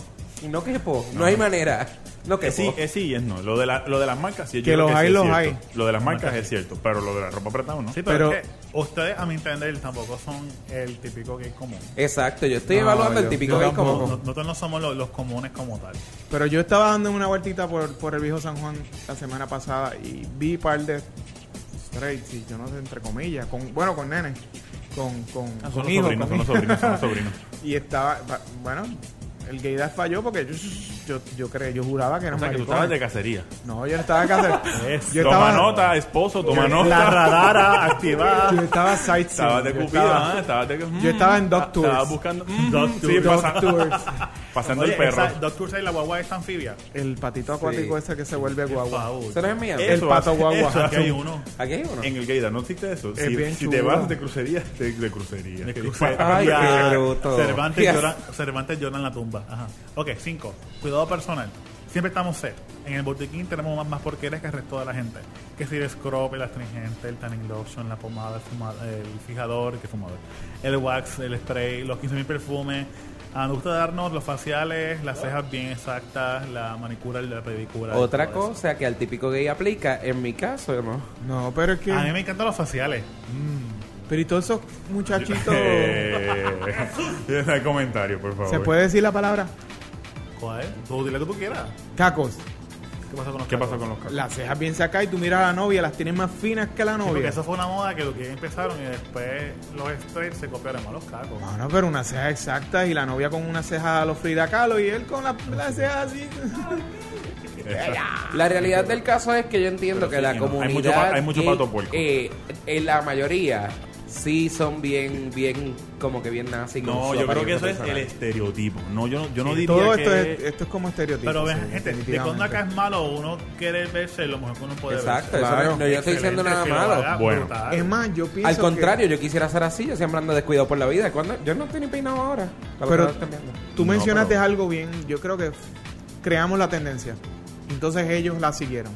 S4: no quepo, no, hay manera. No
S9: que
S4: quepo.
S9: sí, es sí y es no. Oh. Lo de, la- lo de las marcas, sí, yo
S7: Que
S9: creo
S7: los
S9: sí
S7: hay,
S9: es
S7: los
S9: cierto.
S7: hay.
S9: Lo de las marcas es cierto, pero lo de la ropa apretada, ¿no?
S3: Sí, pero, es que ustedes, a mi entender, tampoco son el típico gay común.
S4: Exacto, yo estoy
S3: No,
S4: evaluando el
S3: yo-
S4: típico
S3: yo
S4: gay
S3: tampoco.
S4: común.
S3: No- Nosotros no somos los, los comunes como tal.
S7: Pero yo estaba dando una vueltita por, por el viejo San Juan la semana pasada y vi par de straights, y yo no sé, entre comillas, con, bueno, con nenes, con, con,
S9: Ah,
S7: con
S9: son los
S7: hijos,
S9: sobrinos,
S7: con
S9: son
S7: hijos.
S9: los sobrinos, son los sobrinos.
S7: y estaba, pa- bueno, el gaydar falló porque yo, yo, yo, cre- yo juraba que era
S9: O sea, que tú
S7: maricones.
S9: estabas de cacería.
S7: No, yo no estaba de cacería. yo
S9: toma
S7: estaba-
S9: nota, esposo, toma
S7: Yo-
S9: nota.
S7: La radara
S3: Ah.
S7: activada. Yo estaba sightseeing.
S9: Estabas de
S7: Yo
S9: cupida,
S7: estaba-
S9: ah, estabas de- mm,
S7: yo estaba en Dog
S9: estabas
S7: Tours.
S9: buscando-
S7: Dog
S9: mm, sí,
S7: Tours. Dog
S9: pasa-
S7: Tours.
S9: pasando
S3: Oye,
S9: el perro.
S3: esa- Doctor Say, la guagua es anfibia.
S7: El patito acuático ese que se vuelve guagua.
S3: ¿Eso no es mío?
S7: El
S9: Eso
S7: pato
S9: hace-
S7: guagua.
S9: eso, aquí hay uno.
S4: Aquí hay uno.
S9: En el Gaida, ¿no existe eso?
S7: Es
S9: si
S7: bien
S9: si te
S7: chulo.
S9: vas de crucería, de, de crucería.
S3: De
S9: Que
S3: cruce-
S9: dispara.
S3: Ya.
S4: bruto.
S3: Cervantes,
S4: Yes.
S3: llora, Cervantes llora en la tumba. Ajá. Ok, cinco. Cuidado personal. Siempre estamos set. En el botiquín tenemos más, más porquerías que el resto de la gente. Que si el scrub, el astringente, el tanning lotion, la pomada, el, fuma- el fijador, que fumador, el wax, el spray, los 15.000 perfumes. Ah, nos gusta darnos los faciales, las cejas bien exactas, la manicura, la pedicura.
S4: Otra
S3: todo eso.
S4: cosa que al típico gay aplica, en mi caso, ¿no?
S7: No, pero es que.
S3: A mí me encantan los faciales.
S7: Pero y todos esos muchachitos.
S9: Eh, el comentario, por favor.
S7: ¿Se puede decir la palabra?
S3: ¿Cuál? Tú dile lo que tú quieras.
S7: Cacos.
S3: ¿Qué pasa con los
S9: ¿Qué
S3: tacos?
S9: pasa con los cacos?
S7: Las cejas bien sacadas y tú miras a la novia, las tienes más finas que la
S3: Sí, porque
S7: novia.
S3: eso fue una moda que lo que empezaron y después los straight se copiaron a los cacos.
S4: Ah,
S7: No, no, pero una ceja exacta y la novia con una ceja a los Frida Kahlo y él con la, la ceja así.
S4: La realidad del caso es que yo entiendo
S9: Pero
S4: que
S9: sí,
S4: la
S9: que no. Hay
S4: comunidad.
S9: mucho pa- hay mucho
S4: gay,
S9: pato puerco.
S4: eh, eh, la mayoría sí son bien, bien, como que bien nazi. con
S9: No,
S4: su
S9: yo creo que
S4: apariencia
S9: eso es el
S4: personal.
S9: estereotipo. No, yo, no- yo no
S4: Sí,
S9: diría
S7: Todo
S9: que...
S7: esto es, esto es como estereotipo.
S3: Pero ven,
S7: sí,
S3: gente, de
S7: definitivamente.
S3: cuando acá es malo uno quiere verse lo mejor que uno puede
S4: Exacto,
S3: verse.
S4: eso no- no, yo estoy diciendo nada
S3: que lo
S4: malo.
S3: haga
S4: Bueno.
S3: brutal.
S7: Es más, yo pienso.
S4: Al
S7: que-
S4: contrario, yo quisiera ser así, yo siempre ando descuidado por la vida. ¿Cuándo? Yo no estoy ni peinado ahora. La
S7: Pero
S4: verdad, cambiando.
S7: tú
S4: No,
S7: mencionaste
S4: pero-
S7: algo bien. Yo creo que creamos la tendencia. Entonces ellos la siguieron.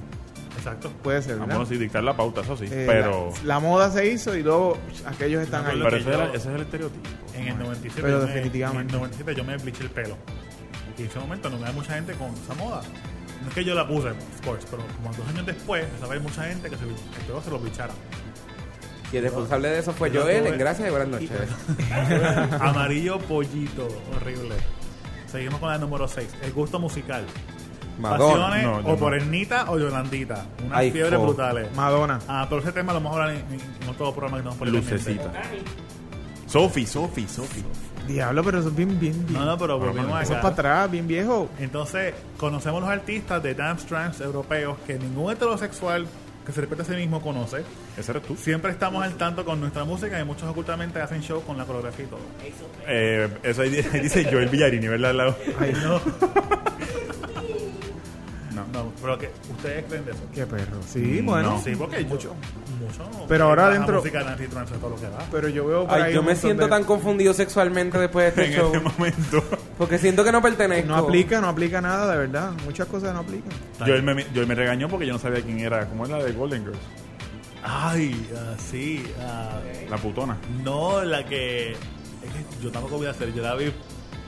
S3: Exacto.
S4: pues,
S7: Puede ser.
S9: Ah,
S7: ¿verdad?
S9: bueno, sí, dictar la pauta, eso sí.
S7: Eh,
S9: pero...
S7: la, la moda se hizo y luego psh, aquellos están ahí.
S9: Pero ese, era- ese es el estereotipo.
S3: En el 97,
S7: Pero
S3: yo me-
S7: definitivamente.
S3: en el 97 yo me bliché el pelo. Y en ese momento no me da mucha gente con esa moda. No es que yo la puse, of course, pero como dos años después empezó a haber mucha gente que se, el pelo se lo blichara.
S4: Y el responsable de eso fue
S3: Yo
S4: Pues Joel,
S3: tuve-
S4: en gracias y buenas noches.
S3: Amarillo pollito, horrible. Seguimos con la número 6, el gusto musical.
S4: Madonna.
S3: Pasiones
S4: No, yo
S3: o
S4: no.
S3: por Ernita o Yolandita. Unas
S4: Ay,
S3: fiebres
S4: fo.
S3: brutales.
S7: Madonna.
S3: Ah, pero ese tema lo vamos a hablar en, en- en otro programa que tenemos por ahí
S9: Lucecita.
S3: pendiente.
S9: Sofi, Sofi, Sofi.
S7: Diablo, pero eso es bien, bien, bien.
S3: No, no, pero
S9: Pero
S3: volvemos
S9: bueno,
S3: acá.
S7: Eso es para atrás, bien viejo.
S3: Entonces, conocemos los artistas de dance trance europeos que ningún heterosexual que se respete a sí mismo conoce.
S9: Ese eres tú.
S3: Siempre estamos al tanto con nuestra música y muchos ocultamente hacen show con la coreografía y todo.
S9: Eh, eso ahí, di- ahí dice Joel Villarini, ¿verdad? Al lado.
S3: Ay, no.
S9: No.
S3: No, pero que ustedes creen de eso.
S7: Qué perro. Sí,
S9: Mm,
S7: bueno.
S9: no.
S3: Sí, porque yo-
S7: Mucho.
S3: mucho no.
S7: Pero ahora
S3: La
S7: dentro-
S3: música de Nancy Trance es todo lo que da.
S7: Pero yo veo por ahí
S4: Ay, yo
S7: un
S4: me
S7: montón
S4: siento
S7: de-
S4: tan confundido sexualmente después de
S9: En
S4: este show.
S9: este momento.
S4: Porque siento que no pertenezco.
S7: No aplica, no aplica nada, de verdad. Muchas cosas no aplican.
S9: Joel me, Joel me regañó porque yo no sabía quién era. ¿Cómo era la de Golden Girls?
S3: Ay, ah, sí. ah,
S9: La putona.
S3: no, la que... es que yo tampoco voy a hacer, yo la vi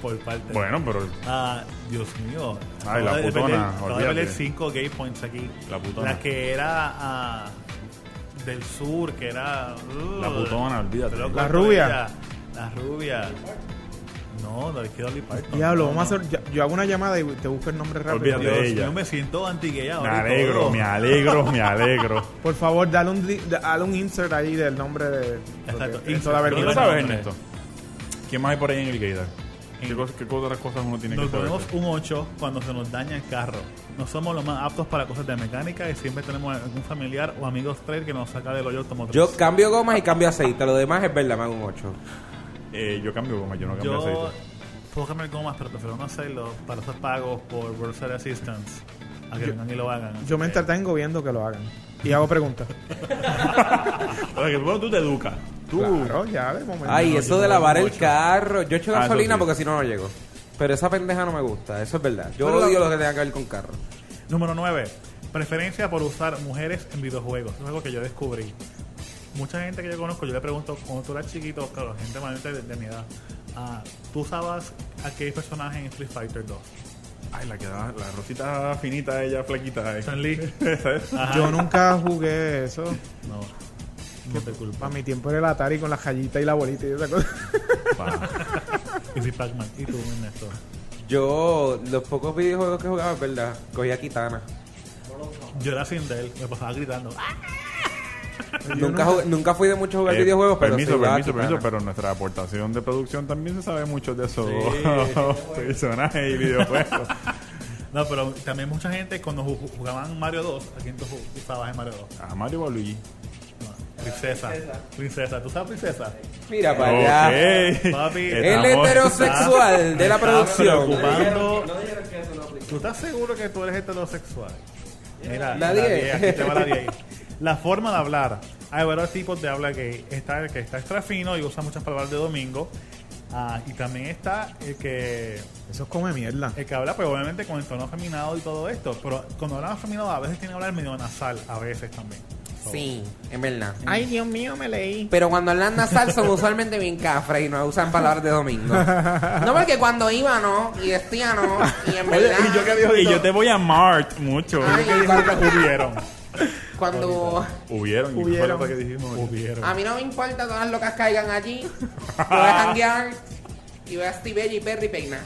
S3: por parte.
S9: Bueno, pero
S3: Ah, Dios mío.
S9: Ay, la
S3: Acabo de
S9: putona,
S3: perder- Acabo de
S9: olvídate.
S3: perder cinco gay points aquí.
S9: La putona.
S3: La que era ah, del sur, que era... uh,
S9: La putona, olvídate.
S3: pero
S7: La
S3: con
S7: rubia.
S3: ella, La rubia. No, no, es que Dolly Parton.
S7: Diablo,
S3: No,
S7: vamos
S3: no.
S7: a hacer. ya- Yo hago una llamada y te busco el nombre rápido.
S9: Olvídate de
S3: Dios,
S9: ella.
S3: Yo me siento anti-gay
S9: me
S3: ahora. y
S9: alegro,
S3: todo.
S9: me alegro, me alegro.
S7: Por favor, dale un, di- dale un insert ahí del nombre de.
S3: Exacto,
S7: porque-
S3: insert.
S7: eso da
S9: ¿Tú lo
S7: vergüenza.
S9: sabes, Ernesto? ¿Quién más hay por ahí en el Gaydar? ¿Qué, cosas- qué otras cosas uno tiene
S3: Nos
S9: que saber?
S3: ponemos un 8 cuando se nos daña el carro. No somos los más aptos para cosas de mecánica y siempre tenemos algún familiar o amigos trail que nos saca del hoyo automotriz.
S4: Yo cambio gomas y cambio aceite. Lo demás es verdad, me hago un 8.
S9: Eh, yo cambio goma, yo no cambio
S3: Yo
S9: aceite.
S3: puedo cambiar gomas, pero prefiero no hacerlo para hacer pagos por Bursary Assistance. A
S15: a que vengan y lo hagan.
S7: Yo me entretengo viendo que lo hagan. Y hago preguntas.
S9: O sea, que bueno, tú te educas. Tú.
S7: Claro, ya de momento.
S4: Ay,
S7: Pues No,
S4: eso
S7: yo
S4: de
S7: no
S4: lavar el
S7: mucho.
S4: carro. Yo echo
S7: Ah, eso
S4: gasolina
S7: sí.
S4: porque si no, no llego. Pero esa pendeja no me gusta, eso es verdad. Yo
S15: Pero la-
S4: odio lo que tenga que ver con carro.
S3: Número 9. Preferencia por usar mujeres en videojuegos. Es algo que yo descubrí. Mucha gente que yo conozco, yo le pregunto, cuando tú eras chiquito, claro, gente más de, de mi edad, ah, ¿tú usabas a qué personaje en Street Fighter 2?
S9: Ay, la que da, la rosita finita, ella flaquita. eh.
S3: Chun Li.
S7: Yo nunca jugué eso. No.
S3: No te culpo.
S7: A mi tiempo era el Atari con la jallita y la bolita y esa cosa.
S3: y si Pac-Man. Y tú, Ernesto.
S4: Yo, los pocos videojuegos que jugaba, es verdad, cogía Kitana.
S3: Yo era sin de él, me pasaba gritando. ¡Ah!
S4: Nunca, jugué- nunca fui de mucho jugar
S9: Eh,
S4: videojuegos, pero
S9: permiso,
S4: sí jugaba
S9: permiso,
S4: Kitana.
S9: permiso, pero nuestra aportación de producción también se sabe mucho de esos
S3: Sí.
S9: personajes y videojuegos.
S3: No, pero también mucha gente cuando ju- jugaban Mario 2, ¿a quién tú ju- usabas en Mario 2?
S9: A Mario o a Luigi.
S3: Princesa. Princesa. ¿Tú sabes princesa?
S4: Mira para allá.
S9: Ok.
S3: Papi.
S4: El heterosexual de la
S3: Está
S4: producción.
S3: preocupando. ¿Tú estás seguro que tú eres heterosexual? Mira,
S4: La
S3: la
S4: 10.
S3: 10, aquí te va la 10. La forma de hablar. Hay varios tipos de habla que está el que está extra fino y usa muchas palabras de domingo. Ah, y también está el que.
S7: Eso come mierda.
S3: El que habla, pues obviamente con el tono afeminado y todo esto. Pero cuando habla afeminado, a veces tiene que hablar medio nasal, a veces también. So,
S4: Sí, es verdad.
S7: Ay, Dios mío, me leí.
S4: Pero cuando hablan nasal son usualmente bien cafres y no usan palabras de domingo. No, porque cuando iba no, y vestía no, y en
S9: Oye,
S4: verdad,
S9: y yo que había oído- Y yo te voy a Mart mucho.
S4: Ay,
S9: Yo que dije
S4: cuando-
S9: que hubieron.
S4: cuando...
S9: Hubieron. ¿y
S4: Hubieron.
S9: cuál fue que dijimos?
S4: A mí no me importa, todas las locas caigan allí. Yo voy a janguear y voy a Steve Belly, Perry peinar.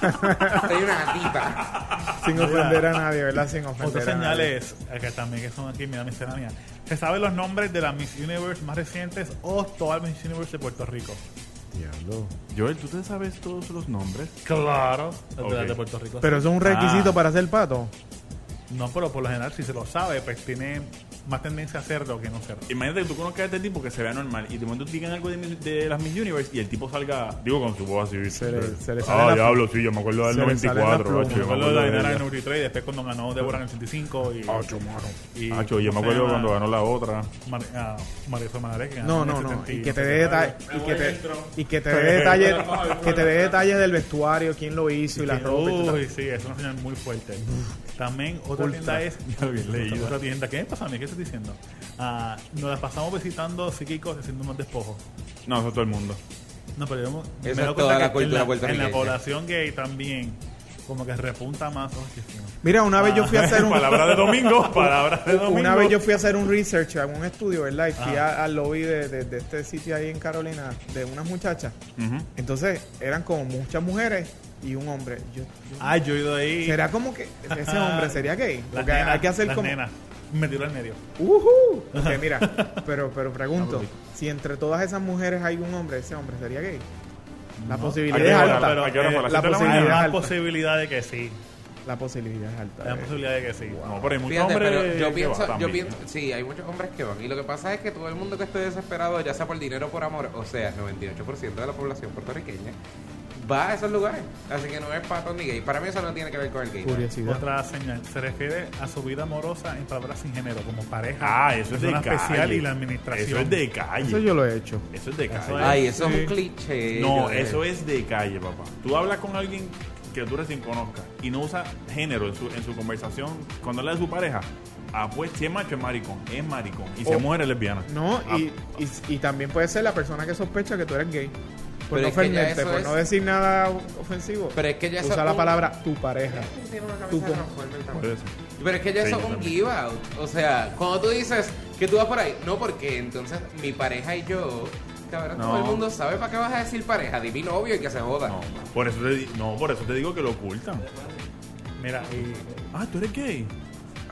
S4: Soy una tipa.
S7: Sin ofender a nadie, ¿verdad? Sin ofender
S3: Otras
S7: a nadie.
S3: señales eh, que también que son aquí, mira, miscelánea. Se saben los nombres de las Miss Universe más recientes o todas las Miss Universe de Puerto Rico.
S9: Diablo. Joel, ¿tú te sabes todos los nombres?
S3: Claro, las de-
S9: Ok.
S3: las de Puerto Rico.
S7: Pero eso es un requisito
S9: Ah.
S7: para ser pato.
S3: No, pero por lo general, si se lo sabe, pues tiene más tendencia a hacerlo que no hacerlo.
S9: Imagínate que tú conozcas a este tipo que se vea normal y de momento te digan algo de, mis- de las Miss Universe y el tipo salga, digo con su voz así.
S7: Se le- se le sale
S9: ah,
S7: la-
S9: diablo, sí, yo me acuerdo del
S7: se le sale la
S9: 94.
S7: pluma.
S9: macho,
S3: Yo me acuerdo de la
S9: ella.
S3: dinera en 93 y después cuando ganó Débora en el 85 y... y-
S9: Macho, yo me
S3: ¿cómo se
S9: acuerdo
S3: llama?
S9: cuando ganó la otra.
S3: Mar, ah, María Fernanda Madre, que ganó
S7: No,
S3: en
S7: no,
S3: el
S7: no.
S3: 70
S7: Y que te
S3: no
S7: dé
S3: sé qué.
S7: detalles. Y que te, y que te dé detalles. Que te dé detalles del vestuario, quién lo hizo y la ropa. y todo.
S3: Uy, sí, es una señal muy fuerte. También otra
S7: Ultra.
S3: tienda es...
S9: Ya lo había leído.
S3: Otra tienda. ¿Qué me pasa a mí? ¿Qué estoy diciendo? Ah, nos la pasamos visitando psíquicos haciendo más despojos.
S9: No, eso es todo el mundo.
S3: No, pero yo me- me
S4: es
S3: doy
S4: toda
S3: cuenta
S4: la
S3: que en
S4: cultura
S3: la, en
S4: puertorriqueña.
S3: la población gay también como que Ah, repunta más. Ay, qué fino.
S7: Mira, una vez yo fui a hacer un.
S9: Palabra de domingo, palabra de domingo.
S7: Una vez yo fui a hacer un research a un estudio, ¿verdad? Y fui
S3: Ah.
S7: a- al lobby de, de- de este sitio ahí en Carolina, de unas muchachas.
S9: Ujú.
S7: Entonces, eran como muchas mujeres y un hombre. Yo- yo-
S3: Ah, yo he ido ahí.
S7: ¿Será como que ese hombre sería gay?
S3: Las
S7: Porque
S3: nenas,
S7: hay que hacer
S3: las
S7: como.
S3: nenas. Me tiró al medio.
S7: ¡Ujú! Ok, mira, pero, pero pregunto, si entre todas esas mujeres hay un hombre, ese hombre sería gay. La
S3: No.
S7: posibilidad
S9: ¿A qué
S7: es
S9: hora?
S7: alta. Eh,
S9: ¿A qué hora fue? ¿A las
S7: la
S9: siete de
S7: posibilidad
S9: la
S3: Hay
S7: es
S3: más
S7: alta.
S3: posibilidad de que sí.
S7: La posibilidad es alta.
S3: Hay más
S7: eh.
S3: posibilidad de que sí.
S9: No, pero hay muchos
S4: Fíjate,
S9: hombres
S4: pero yo
S9: que
S4: pienso,
S9: van
S4: yo
S9: también.
S4: pienso, sí, hay muchos hombres que van. Y lo que pasa es que todo el mundo que esté desesperado, ya sea por dinero o por amor, o sea, el 98% de la población puertorriqueña, va a esos lugares. Así que no es pato ni gay. Para mí eso no tiene que ver con el gay.
S7: Curiosidad.
S3: Otra señal se refiere a su vida amorosa en palabras sin género, como pareja.
S9: Ah, eso es de
S3: Persona
S9: calle.
S3: especial y la administración.
S9: Eso es de calle.
S7: Eso yo lo he hecho.
S9: Eso es de calle.
S4: Ay, eso es un cliché.
S9: No,
S4: Joel.
S9: eso es de calle, papá. Tú hablas con alguien que tú recién conozcas y no usa género en su, en su conversación cuando habla de su pareja. Ah, pues si es macho es maricón, es maricón. Y si
S7: Oh.
S9: es mujer es lesbiana.
S7: No,
S9: Ah,
S7: y, y, y también puede ser la persona que sospecha que tú eres gay. Por
S4: Pero
S7: no
S4: es que ya
S7: ofenderte,
S4: eso
S7: por
S4: es-
S7: no decir nada ofensivo.
S4: Pero es que ya eso
S7: Usa
S4: es
S7: la
S4: un-
S7: palabra tu pareja.
S4: Tiene una cabeza
S7: Tu con-
S4: transformer también.
S9: por eso.
S4: Pero es que ya
S9: Sí,
S4: eso
S9: yo
S4: es un
S9: también.
S4: give out. O sea, cuando tú dices que tú vas por ahí, no porque entonces mi pareja y yo, cabrón,
S9: No.
S4: todo el mundo sabe para qué vas a decir pareja, di mi novio y que se joda.
S9: No, por eso te, di- no, por eso te digo que lo ocultan.
S3: Mira, y
S9: Ah, tú eres gay.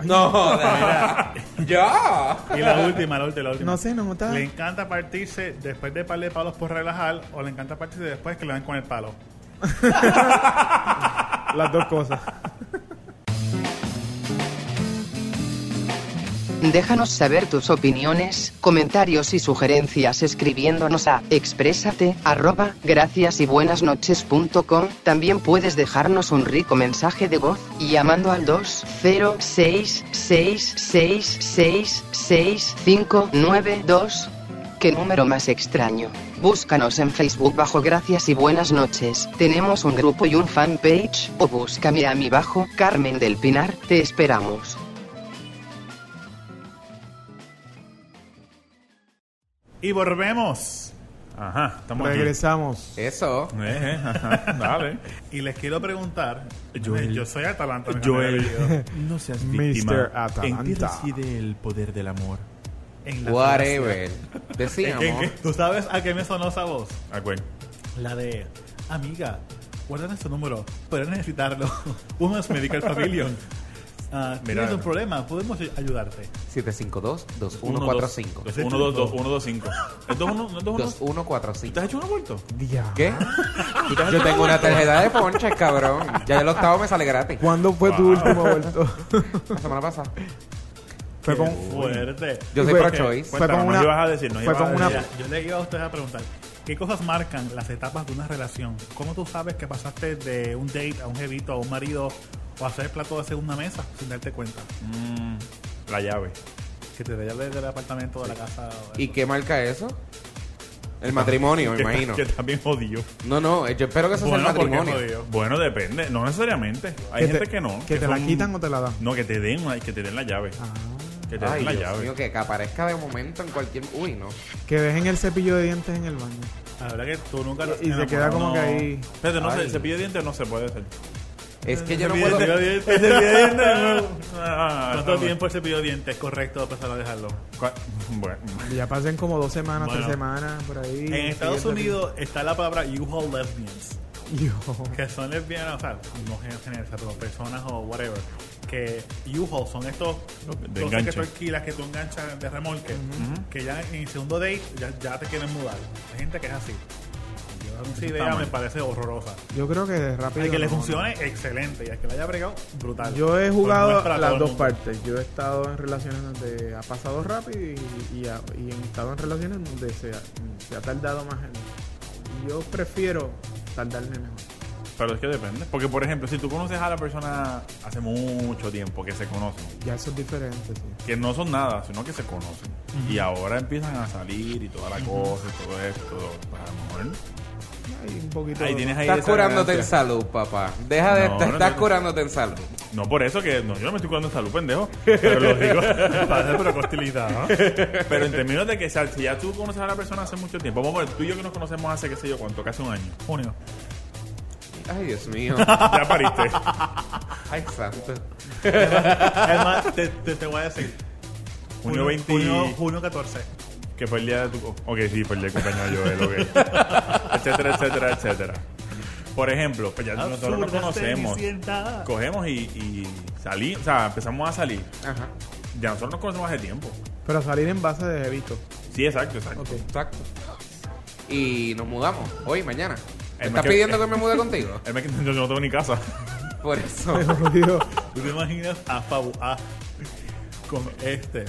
S4: No, joda, mira. ya.
S3: Y la última, la última, la última.
S7: No se nota.
S3: Le encanta partirse después de par de palos por relajar o le encanta partirse después que le dan con el palo.
S7: Las dos cosas.
S1: Déjanos saber tus opiniones, comentarios y sugerencias escribiéndonos a exprésate arroba gracias y buenas También puedes dejarnos un rico mensaje de voz llamando al 20666666592. ¿Qué número más extraño? Búscanos en Facebook bajo Gracias y Buenas noches. Tenemos un grupo y un fanpage. O búscame a mi bajo Carmen del Pinar. Te esperamos.
S3: Y volvemos. Ajá, estamos aquí.
S7: Regresamos.
S4: Eso.
S3: Eh, ajá, dale. Y les quiero preguntar.
S9: Joel.
S3: Yo soy Atalanta. me
S9: Joel,
S3: cambié de apellido.
S9: no seas víctima.
S3: Mr. Atalanta.
S9: En ti reside el poder del amor.
S3: En la
S4: Whatever.
S3: ¿En
S4: Decía,
S3: qué- en
S4: amor.
S3: qué? ¿Tú sabes a qué me sonó esa voz?
S9: ¿A cuál?
S2: La de este
S3: Amiga, guarda su número. Podrás necesitarlo. Uno es Medical Pavilion. Ah, tienes
S9: Mira.
S2: un problema, podemos ayudarte.
S4: 752-2145.
S9: 125. ¿Es 2145?
S4: 2145.
S9: ¿Te has hecho un aborto?
S4: ¿Qué? Yo tengo una tarjeta de ponches, cabrón. Ya el octavo me sale gratis.
S7: ¿Cuándo fue tu
S4: Wow.
S7: último vuelto?
S4: La semana pasada.
S7: Fue con.
S3: Fuerte.
S4: Yo soy
S7: Fue-
S4: pro-choice.
S7: Fue con una. fue con una.
S2: Ah, Mira, Yo le iba a ustedes a preguntar, ¿qué cosas marcan las etapas de una relación? ¿Cómo tú sabes que pasaste de un date a un jevito, a un marido, o a hacer el plato de segunda mesa sin darte cuenta?
S9: Mm, la llave.
S2: Que te dé del apartamento, de la casa. o-
S4: ¿Y qué marca eso? El matrimonio, me
S9: Que-
S4: imagino.
S9: Que también jodió.
S4: No, no, yo espero que eso sea el
S9: porque
S4: matrimonio.
S9: jodió. Bueno, depende. No necesariamente. Hay
S7: Que
S9: gente
S7: te-
S9: que no.
S7: que te la quitan o te la dan. Ah.
S9: No, que te den, una- que te den la llave. Que te
S4: Ay,
S9: den la
S4: Dios
S9: llave.
S4: mío, que aparezca de momento en cualquier... Uy, no.
S7: Que dejen el cepillo de dientes en el baño.
S3: La verdad que tú nunca...
S7: Y- y se queda como que ahí.
S9: Pero no sé,
S4: Ay.
S9: el cepillo de dientes no se puede hacer.
S4: Es que yo no
S3: Cepillo
S4: puedo...
S3: de dientes.
S7: Ese cepillo de dientes,
S9: Ah,
S3: ¿Cuánto
S9: no,
S3: tiempo el cepillo de dientes es correcto pues, para empezar a dejarlo?
S9: cua- Bueno.
S7: Ya pasen como dos semanas,
S3: Bueno.
S7: tres semanas, por ahí.
S3: En Estados
S7: Siguiente-
S3: Unidos está la palabra U-Haul lesbians,
S7: Yo.
S3: que son lesbianas, o sea, no gen- generaliza, pero personas o whatever, que U-Haul son estos
S9: De
S3: cosas
S9: enganche.
S3: que tú alquilas, que tú enganchas de remolque, que ya en el segundo date ya, ya te quieren mudar. Hay gente que es así. Yo esa idea
S9: mal.
S3: me parece horrorosa.
S7: Yo creo que de rápido.
S3: Al que le
S7: no,
S3: funcione, excelente. Y al que le haya bregado, brutal.
S7: no. Yo he
S3: Pero no es
S7: jugado
S3: para
S7: las
S3: todo el
S7: dos
S3: mundo.
S7: partes. Yo he estado en relaciones donde ha pasado rápido y, y ha- y he estado en relaciones donde se ha, se ha tardado más. en- Yo prefiero tardarme mejor.
S9: Pero es que depende. Porque, por ejemplo, si tú conoces a la persona hace mucho tiempo que se conocen,
S7: Ya eso es diferente, sí.
S9: que no son nada, sino que se conocen. Y ahora empiezan a salir y toda la cosa y todo esto. Pues a lo mejor.
S7: Hay un poquito.
S9: Ahí tienes ahí.
S4: Estás
S9: esa
S4: curándote en
S9: ganancia.
S4: salud, papá. Deja de...
S9: No,
S4: te
S9: no,
S4: estás
S9: no.
S4: curándote en salud.
S9: No, por eso que. No, yo no me estoy curando en salud, pendejo. Pero lo digo.
S3: Parece pero hostilidad, ¿no?
S9: pero en términos de que o sea, si ya tú conoces a la persona hace mucho tiempo. Vamos a ver, tú y yo que nos conocemos hace, qué sé yo, cuánto, casi un año.
S3: Junio.
S4: Ay, Dios mío.
S9: Ya pariste.
S4: Ay, santo.
S3: Además, te, te, te voy a decir.
S9: Junio 20.
S3: Junio, junio 14.
S9: Que fue el día de tu. Ok, sí, fue el día de cumpleaños de Joel, ok. etcétera, etcétera, etcétera. Por ejemplo, pues ya nosotros nos
S3: Absurda
S9: conocemos.
S3: felicidad.
S9: Cogemos y, y salimos, o sea, empezamos a salir.
S4: Ajá.
S9: Ya nosotros nos conocemos hace tiempo.
S7: Pero salir en base de Jevito.
S9: Sí, exacto, exacto.
S7: Ok.
S4: Exacto. Y nos mudamos. Hoy, mañana. ¿Me
S9: Eh,
S4: estás
S9: que-
S4: pidiendo que me mude contigo?
S9: Es que yo no tengo ni casa.
S4: Por eso.
S7: Digo,
S3: ¿Tú te imaginas a Fabu A con este?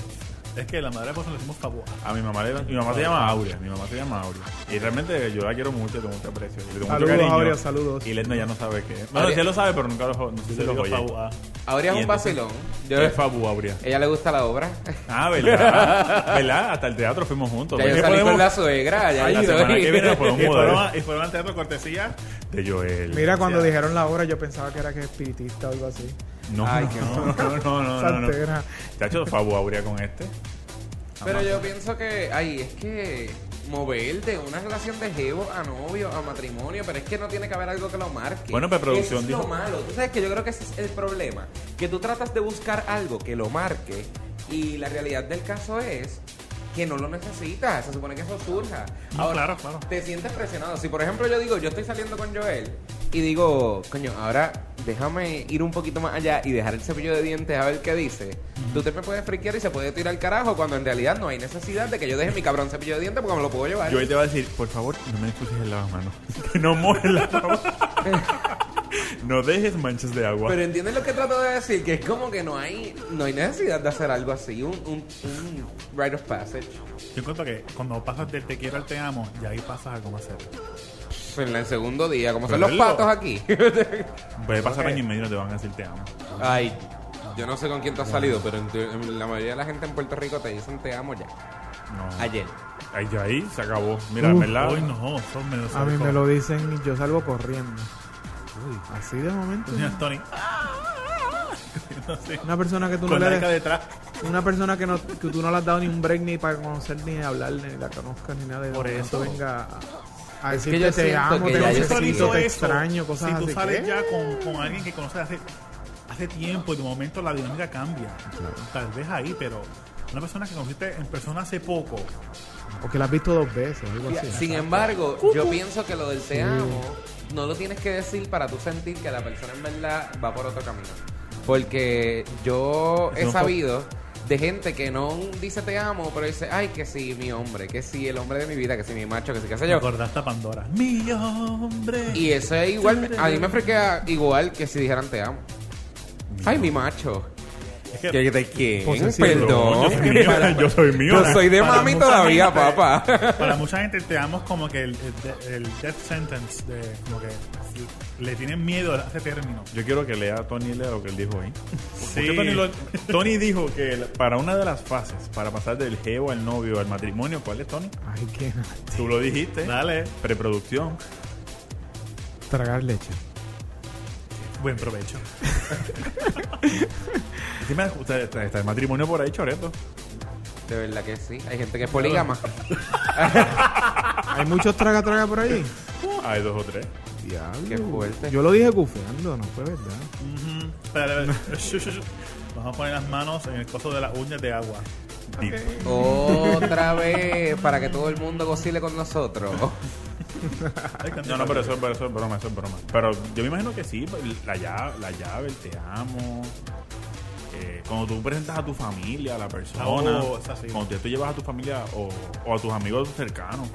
S3: Es que la madre pues le decimos Fabu A.
S9: A mi mamá le, mi mamá se llama Aurea, mi mamá se llama Aurea. Y realmente yo la quiero mucho, tengo mucho aprecio. y Le tengo mucho
S7: Saludos,
S9: cariño.
S7: Aurea, saludos.
S9: Y Lesno ya no sabe qué. Bueno,
S4: Aurea.
S9: sí lo sabe, pero nunca lo, no sé si
S3: Yo le digo
S9: lo oye.
S3: Fabu A.
S4: Ahora es
S9: Y
S4: un
S9: entonces-
S4: vacilón. ah. Yo-
S9: ¿Qué es Fabu Aurea?
S4: ella le gusta la obra.
S9: Ah, ¿verdad? ¿Verdad? Hasta el teatro fuimos juntos.
S4: Ya yo
S9: ¿Qué
S4: salí
S9: podemos-
S4: con la suegra. Ya
S9: Ay,
S4: yo
S9: la
S4: soy-
S9: semana que viene nos podemos
S3: Y fueron,
S9: mudar
S3: a- y fueron al teatro cortesía.
S9: de Joel.
S7: Mira, cuando
S9: O sea,
S7: dijeron la obra, yo pensaba que era que espiritista o algo así.
S9: No,
S4: Ay,
S9: no,
S4: qué
S9: no, no, no, no, no.
S7: Santera.
S9: ¿Te ha hecho Fabu Aurea con este?
S4: Pero yo pienso que, ay, es que mover de una relación de jevo a novio, a matrimonio, pero es que no tiene que haber algo que lo marque.
S9: Bueno, pero producción
S4: Eso es lo
S9: dijo-
S4: malo. Tú sabes que yo creo que ese es el problema. Que tú tratas de buscar algo que lo marque y la realidad del caso es que no lo necesitas. Se supone que eso surja.
S3: No, claro, claro.
S4: Te sientes presionado. Si por ejemplo yo digo, yo estoy saliendo con Joel y digo, coño, ahora déjame ir un poquito más allá y dejar el cepillo de dientes a ver qué dice. Tú te me puedes friquear y se puede tirar al carajo cuando en realidad no hay necesidad de que yo deje mi cabrón cepillo de dientes porque me lo puedo llevar.
S9: Joel te va a decir, por favor, no me ensucies el lavamanos. Que no mojes el lavamanos. No dejes manchas de agua.
S4: Pero entiendes lo que trato de decir, que es como que no hay, no hay necesidad de hacer algo así, un, un, un rite of passage.
S3: Yo encuentro que cuando pasas del te quiero al te amo, ya ahí pasas a cómo hacerlo.
S4: En el segundo día, como
S3: Pero
S4: son los
S3: es lo-
S4: patos aquí.
S9: Puede pasar año y medio y no te van a decir te amo.
S4: Ay, yo no sé con quién te has salido, pero en tu- en la mayoría de la gente en Puerto Rico te dicen te amo ya.
S9: No.
S4: Ayer.
S9: Ahí, ya ahí se acabó. Mira, en
S7: Uf,
S9: ¿verdad?
S7: hoy
S3: no, son menos
S7: A mí me lo dicen y yo salgo corriendo. Así de momento.
S3: Señor Tony.
S7: Una persona que tú no
S3: Con
S7: le
S3: la
S7: des-
S3: hija detrás.
S7: Una persona que, no, que tú no le has dado ni un break ni para conocer, ni hablar, ni la conozcas, ni nada de
S3: Por
S7: de
S3: eso.
S7: pronto venga a- a
S4: Es que
S7: decirte
S4: yo
S7: te
S4: siento
S7: amo,
S4: que ya
S7: te
S4: yo
S7: necesito,
S4: siento
S7: te
S4: eso.
S7: extraño, cosas
S3: si tú
S7: así.
S3: sales
S7: ¿Qué?
S3: ya con, con alguien que conoces hace, hace tiempo y de momento la dinámica cambia. Tal vez ahí, pero una persona que conociste en persona hace poco.
S7: O que la has visto dos veces, algo
S4: Fia-
S7: así.
S4: Sin
S3: em-
S4: embargo, yo pienso que lo del te amo no lo tienes que decir para tú sentir que la persona en verdad va por otro camino. Porque yo
S16: Es
S4: he
S16: un po-
S4: sabido de gente que no dice te amo, pero dice, ay, que sí, mi hombre, que sí, el hombre de mi vida, que sí, mi macho, que sí, qué sé yo.
S3: Recordaste a Pandora. Mi hombre.
S4: Y eso es igual, a mí me frequea igual que si dijeran te amo. Ay, mi macho.
S3: que-
S4: ¿Qué- ¿De quién?
S3: Posesivo.
S4: Perdón.
S3: Yo soy mío, yo soy mío.
S4: Yo soy de
S3: Para
S4: mami
S3: mucha
S4: todavía,
S3: gente-
S4: papá.
S3: Para mucha gente te amo es como que el, el- el death sentence de como que le tienen miedo a ese término.
S9: Yo quiero que lea a Tony lea lo que él dijo ahí.
S3: Sí.
S9: Porque Tony, lo- Tony dijo que la- para una de las fases, para pasar del geo al novio al matrimonio, ¿cuál es Tony?
S7: Ay, qué
S9: Tú lo dijiste.
S3: Dale.
S9: Preproducción.
S7: Tragar leche.
S3: Buen provecho.
S9: Encima, usted- está, está el matrimonio por ahí, Choreto.
S4: De verdad que sí. Hay gente que es polígama.
S7: Hay muchos traga traga por ahí.
S3: Uh.
S9: Hay dos o tres.
S7: Diablo.
S4: Qué fuerte.
S7: Yo lo dije gufeando, no fue verdad.
S3: Ujú. Espera, espera, espera. Shu, shu, shu. Vamos a poner las manos en el coso de las uñas de agua.
S4: Otra vez, para que todo el mundo gocile con nosotros.
S9: No, no, pero eso, pero eso es broma, eso es broma. Pero yo me imagino que sí, pues, la llave, la llave el te amo. Eh, cuando tú presentas a tu familia, a la persona,
S3: Oh, esa sí.
S9: cuando tú- tú llevas a tu familia o, o a tus amigos cercanos,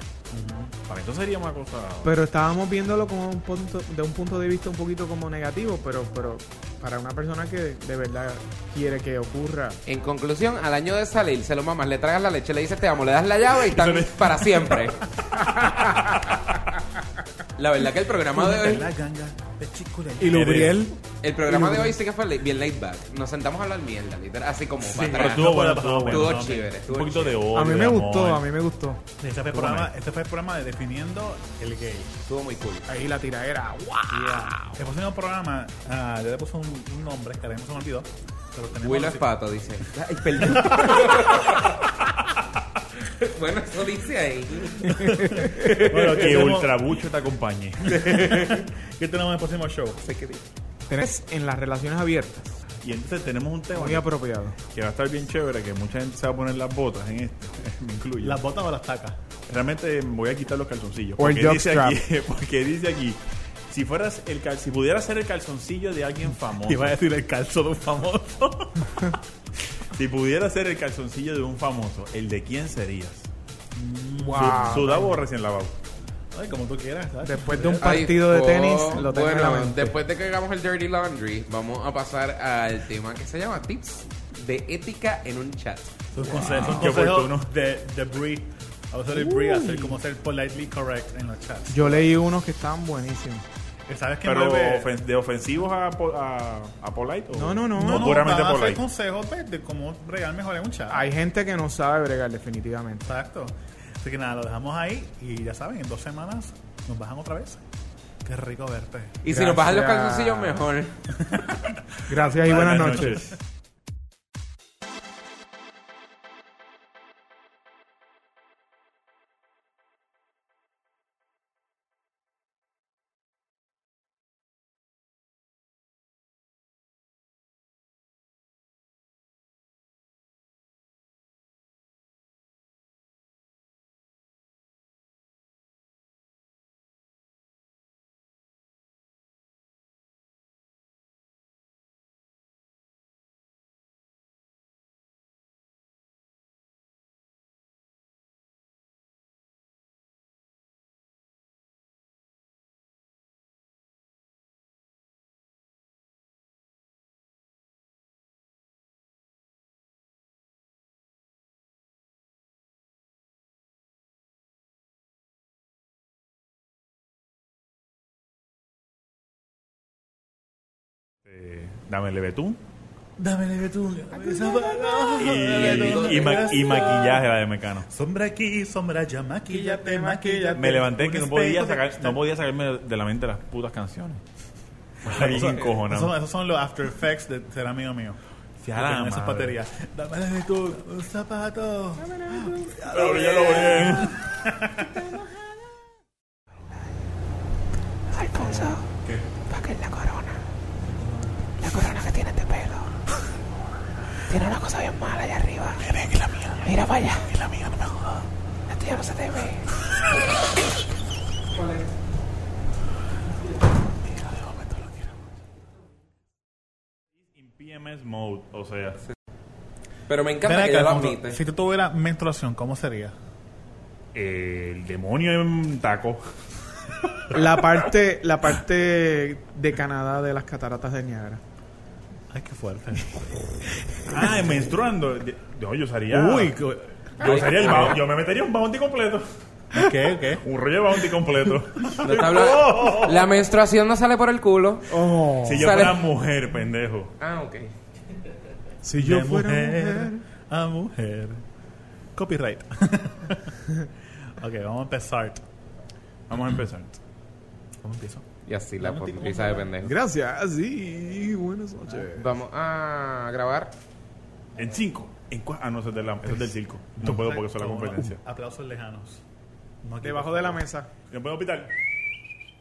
S9: para mí eso sería una cosa.
S7: Pero estábamos viéndolo como un punto, de un punto de vista un poquito como negativo, pero, pero para una persona que de verdad quiere que ocurra.
S4: En conclusión, al año de salir, se lo mamas, le tragas la leche, le dices te amo, le das la llave y están para siempre. la verdad que el programa de hoy.
S3: La ganga de chicurel.
S4: Y
S7: Lubriel.
S4: El programa de hoy sí que fue li- bien laid back. Nos sentamos a hablar mierda, literal. Así como para
S3: pero
S4: atrás.
S3: estuvo bueno, estuvo bueno.
S4: Estuvo
S3: No,
S4: chévere.
S3: Un poquito de odio.
S7: A mí me
S3: amor.
S7: gustó, a mí me gustó.
S3: Este fue, el programa, este fue el programa de Definiendo el Gay.
S4: Estuvo muy cool.
S7: Ahí la tiradera. ¡Wow!
S3: Yeah. El próximo programa, ah, yo le puse un, un nombre que ahora mismo se me olvidó. Pero tenemos
S4: Will es
S3: así-
S4: pato, dice. Ay, perdón. bueno, eso dice ahí.
S9: Bueno, que
S3: Tenemos-
S9: Ultrabucho te acompañe.
S3: ¿Qué tenemos en el próximo show?
S7: Tenés en las relaciones abiertas.
S9: Y entonces tenemos un tema
S7: Muy apropiado.
S9: que va a estar bien chévere, que mucha gente se va a poner las botas en esto, me incluyo.
S3: ¿Las botas o las tacas?
S9: Realmente me voy a quitar los calzoncillos.
S7: O el
S9: porque dice
S7: jockstrap.
S9: aquí, porque dice aquí, si fueras el cal- si pudieras ser el calzoncillo de alguien famoso.
S3: Iba a decir el calzo de un famoso.
S9: Si pudieras ser el calzoncillo de un famoso, ¿el de quién serías?
S7: Wow.
S9: Su- ¿Sudado o recién lavado?
S3: Ay, como tú quieras. ¿sabes?
S7: Después de un
S4: Ay,
S7: partido de
S4: oh,
S7: tenis, lo tengo en la
S4: Bueno,
S7: mente.
S4: después de que hagamos el Dirty Laundry, vamos a pasar al tema que se llama Tips de ética en un chat.
S3: Son consejos, son
S9: Qué oportuno.
S3: consejos de, de Brie. A usar el Brie, hacer como ser politely correct en los chats.
S7: Yo leí unos que estaban buenísimos.
S3: ¿Sabes qué
S9: Pero
S3: mueve?
S9: ofen- de ofensivos a, po- a, a polite o
S7: No, no, no.
S9: o puramente
S3: van a hacer
S9: polite.
S3: consejos pues, de cómo bregar mejor en un chat.
S7: Hay gente que no sabe bregar definitivamente.
S3: Exacto. Así que nada, lo dejamos ahí y ya saben, en dos semanas nos bajan otra vez. Qué rico verte.
S4: Y si nos bajan los
S7: Gracias.
S4: calzoncillos, mejor.
S7: Gracias y buenas,
S9: Buenas
S7: noches.
S9: noches. Eh, dame leve tú.
S17: Dame la betunga.
S9: Y, y ma- y maquillaje la de Mecano.
S3: Sombra aquí, sombra allá, maquillate, maquillate.
S9: Me levanté que
S3: Con
S9: no podía,
S3: espejo de
S9: sacar, no podía sacarme de la mente las putas canciones. Estaba
S3: Eso-
S9: bien encojonado.
S3: Esos, esos son los after effects de ser amigo mío.
S9: Sí, a la
S3: Con esas
S9: madre.
S3: baterías. Dame la de tu un zapato. Dame la
S9: Lo abrí, lo abrí.
S18: Alfonso,
S9: ¿Qué?
S18: toquen la corona. La corona que tienes de pelo. Tiene una cosa bien mala allá arriba. Mira, que la mía. Mira para allá. Es la mía, no me jodas. La tuya no se te ve.
S9: PMS mode, o sea.
S4: Pero me
S3: Ven
S4: encanta que
S3: acá,
S4: ella lo
S3: Alfonso,
S4: admite.
S3: Si tú tuvieras menstruación, ¿cómo sería?
S9: eh, el demonio en taco.
S7: La parte, la parte de Canadá de las cataratas de Niágara.
S3: Ay, qué fuerte.
S9: Ah, menstruando. De- Yo, yo usaría.
S3: Uy,
S9: yo
S3: qué-
S9: usaría el bounty. Yo me metería un bounty completo.
S3: ¿Qué? ¿Qué?
S9: Un rollo de bounty completo.
S4: No está hablando- La menstruación no sale por el culo.
S9: Si yo
S4: Sale-
S9: fuera mujer, pendejo.
S4: Ah, ok.
S3: Si
S9: yo
S3: yo
S9: fuera
S3: fuera mujer, a mujer. Copyright. ok, vamos a empezar.
S9: Vamos a empezar.
S3: ¿Cómo empiezo?
S4: Y así la pizza de pendejo.
S7: Gracias, sí, buenas noches.
S4: Vamos a grabar.
S9: En 5. En cua- Ah, no, eso es, de la- eso es del circo. No puedo porque eso es la competencia.
S3: Aplausos lejanos. No aquí,
S7: Debajo
S3: por
S7: de la
S3: favor.
S7: mesa.
S9: Yo puedo pitar.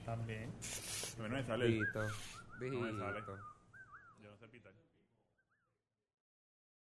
S3: También.
S9: No me sale.
S4: Listo.
S9: No me sale.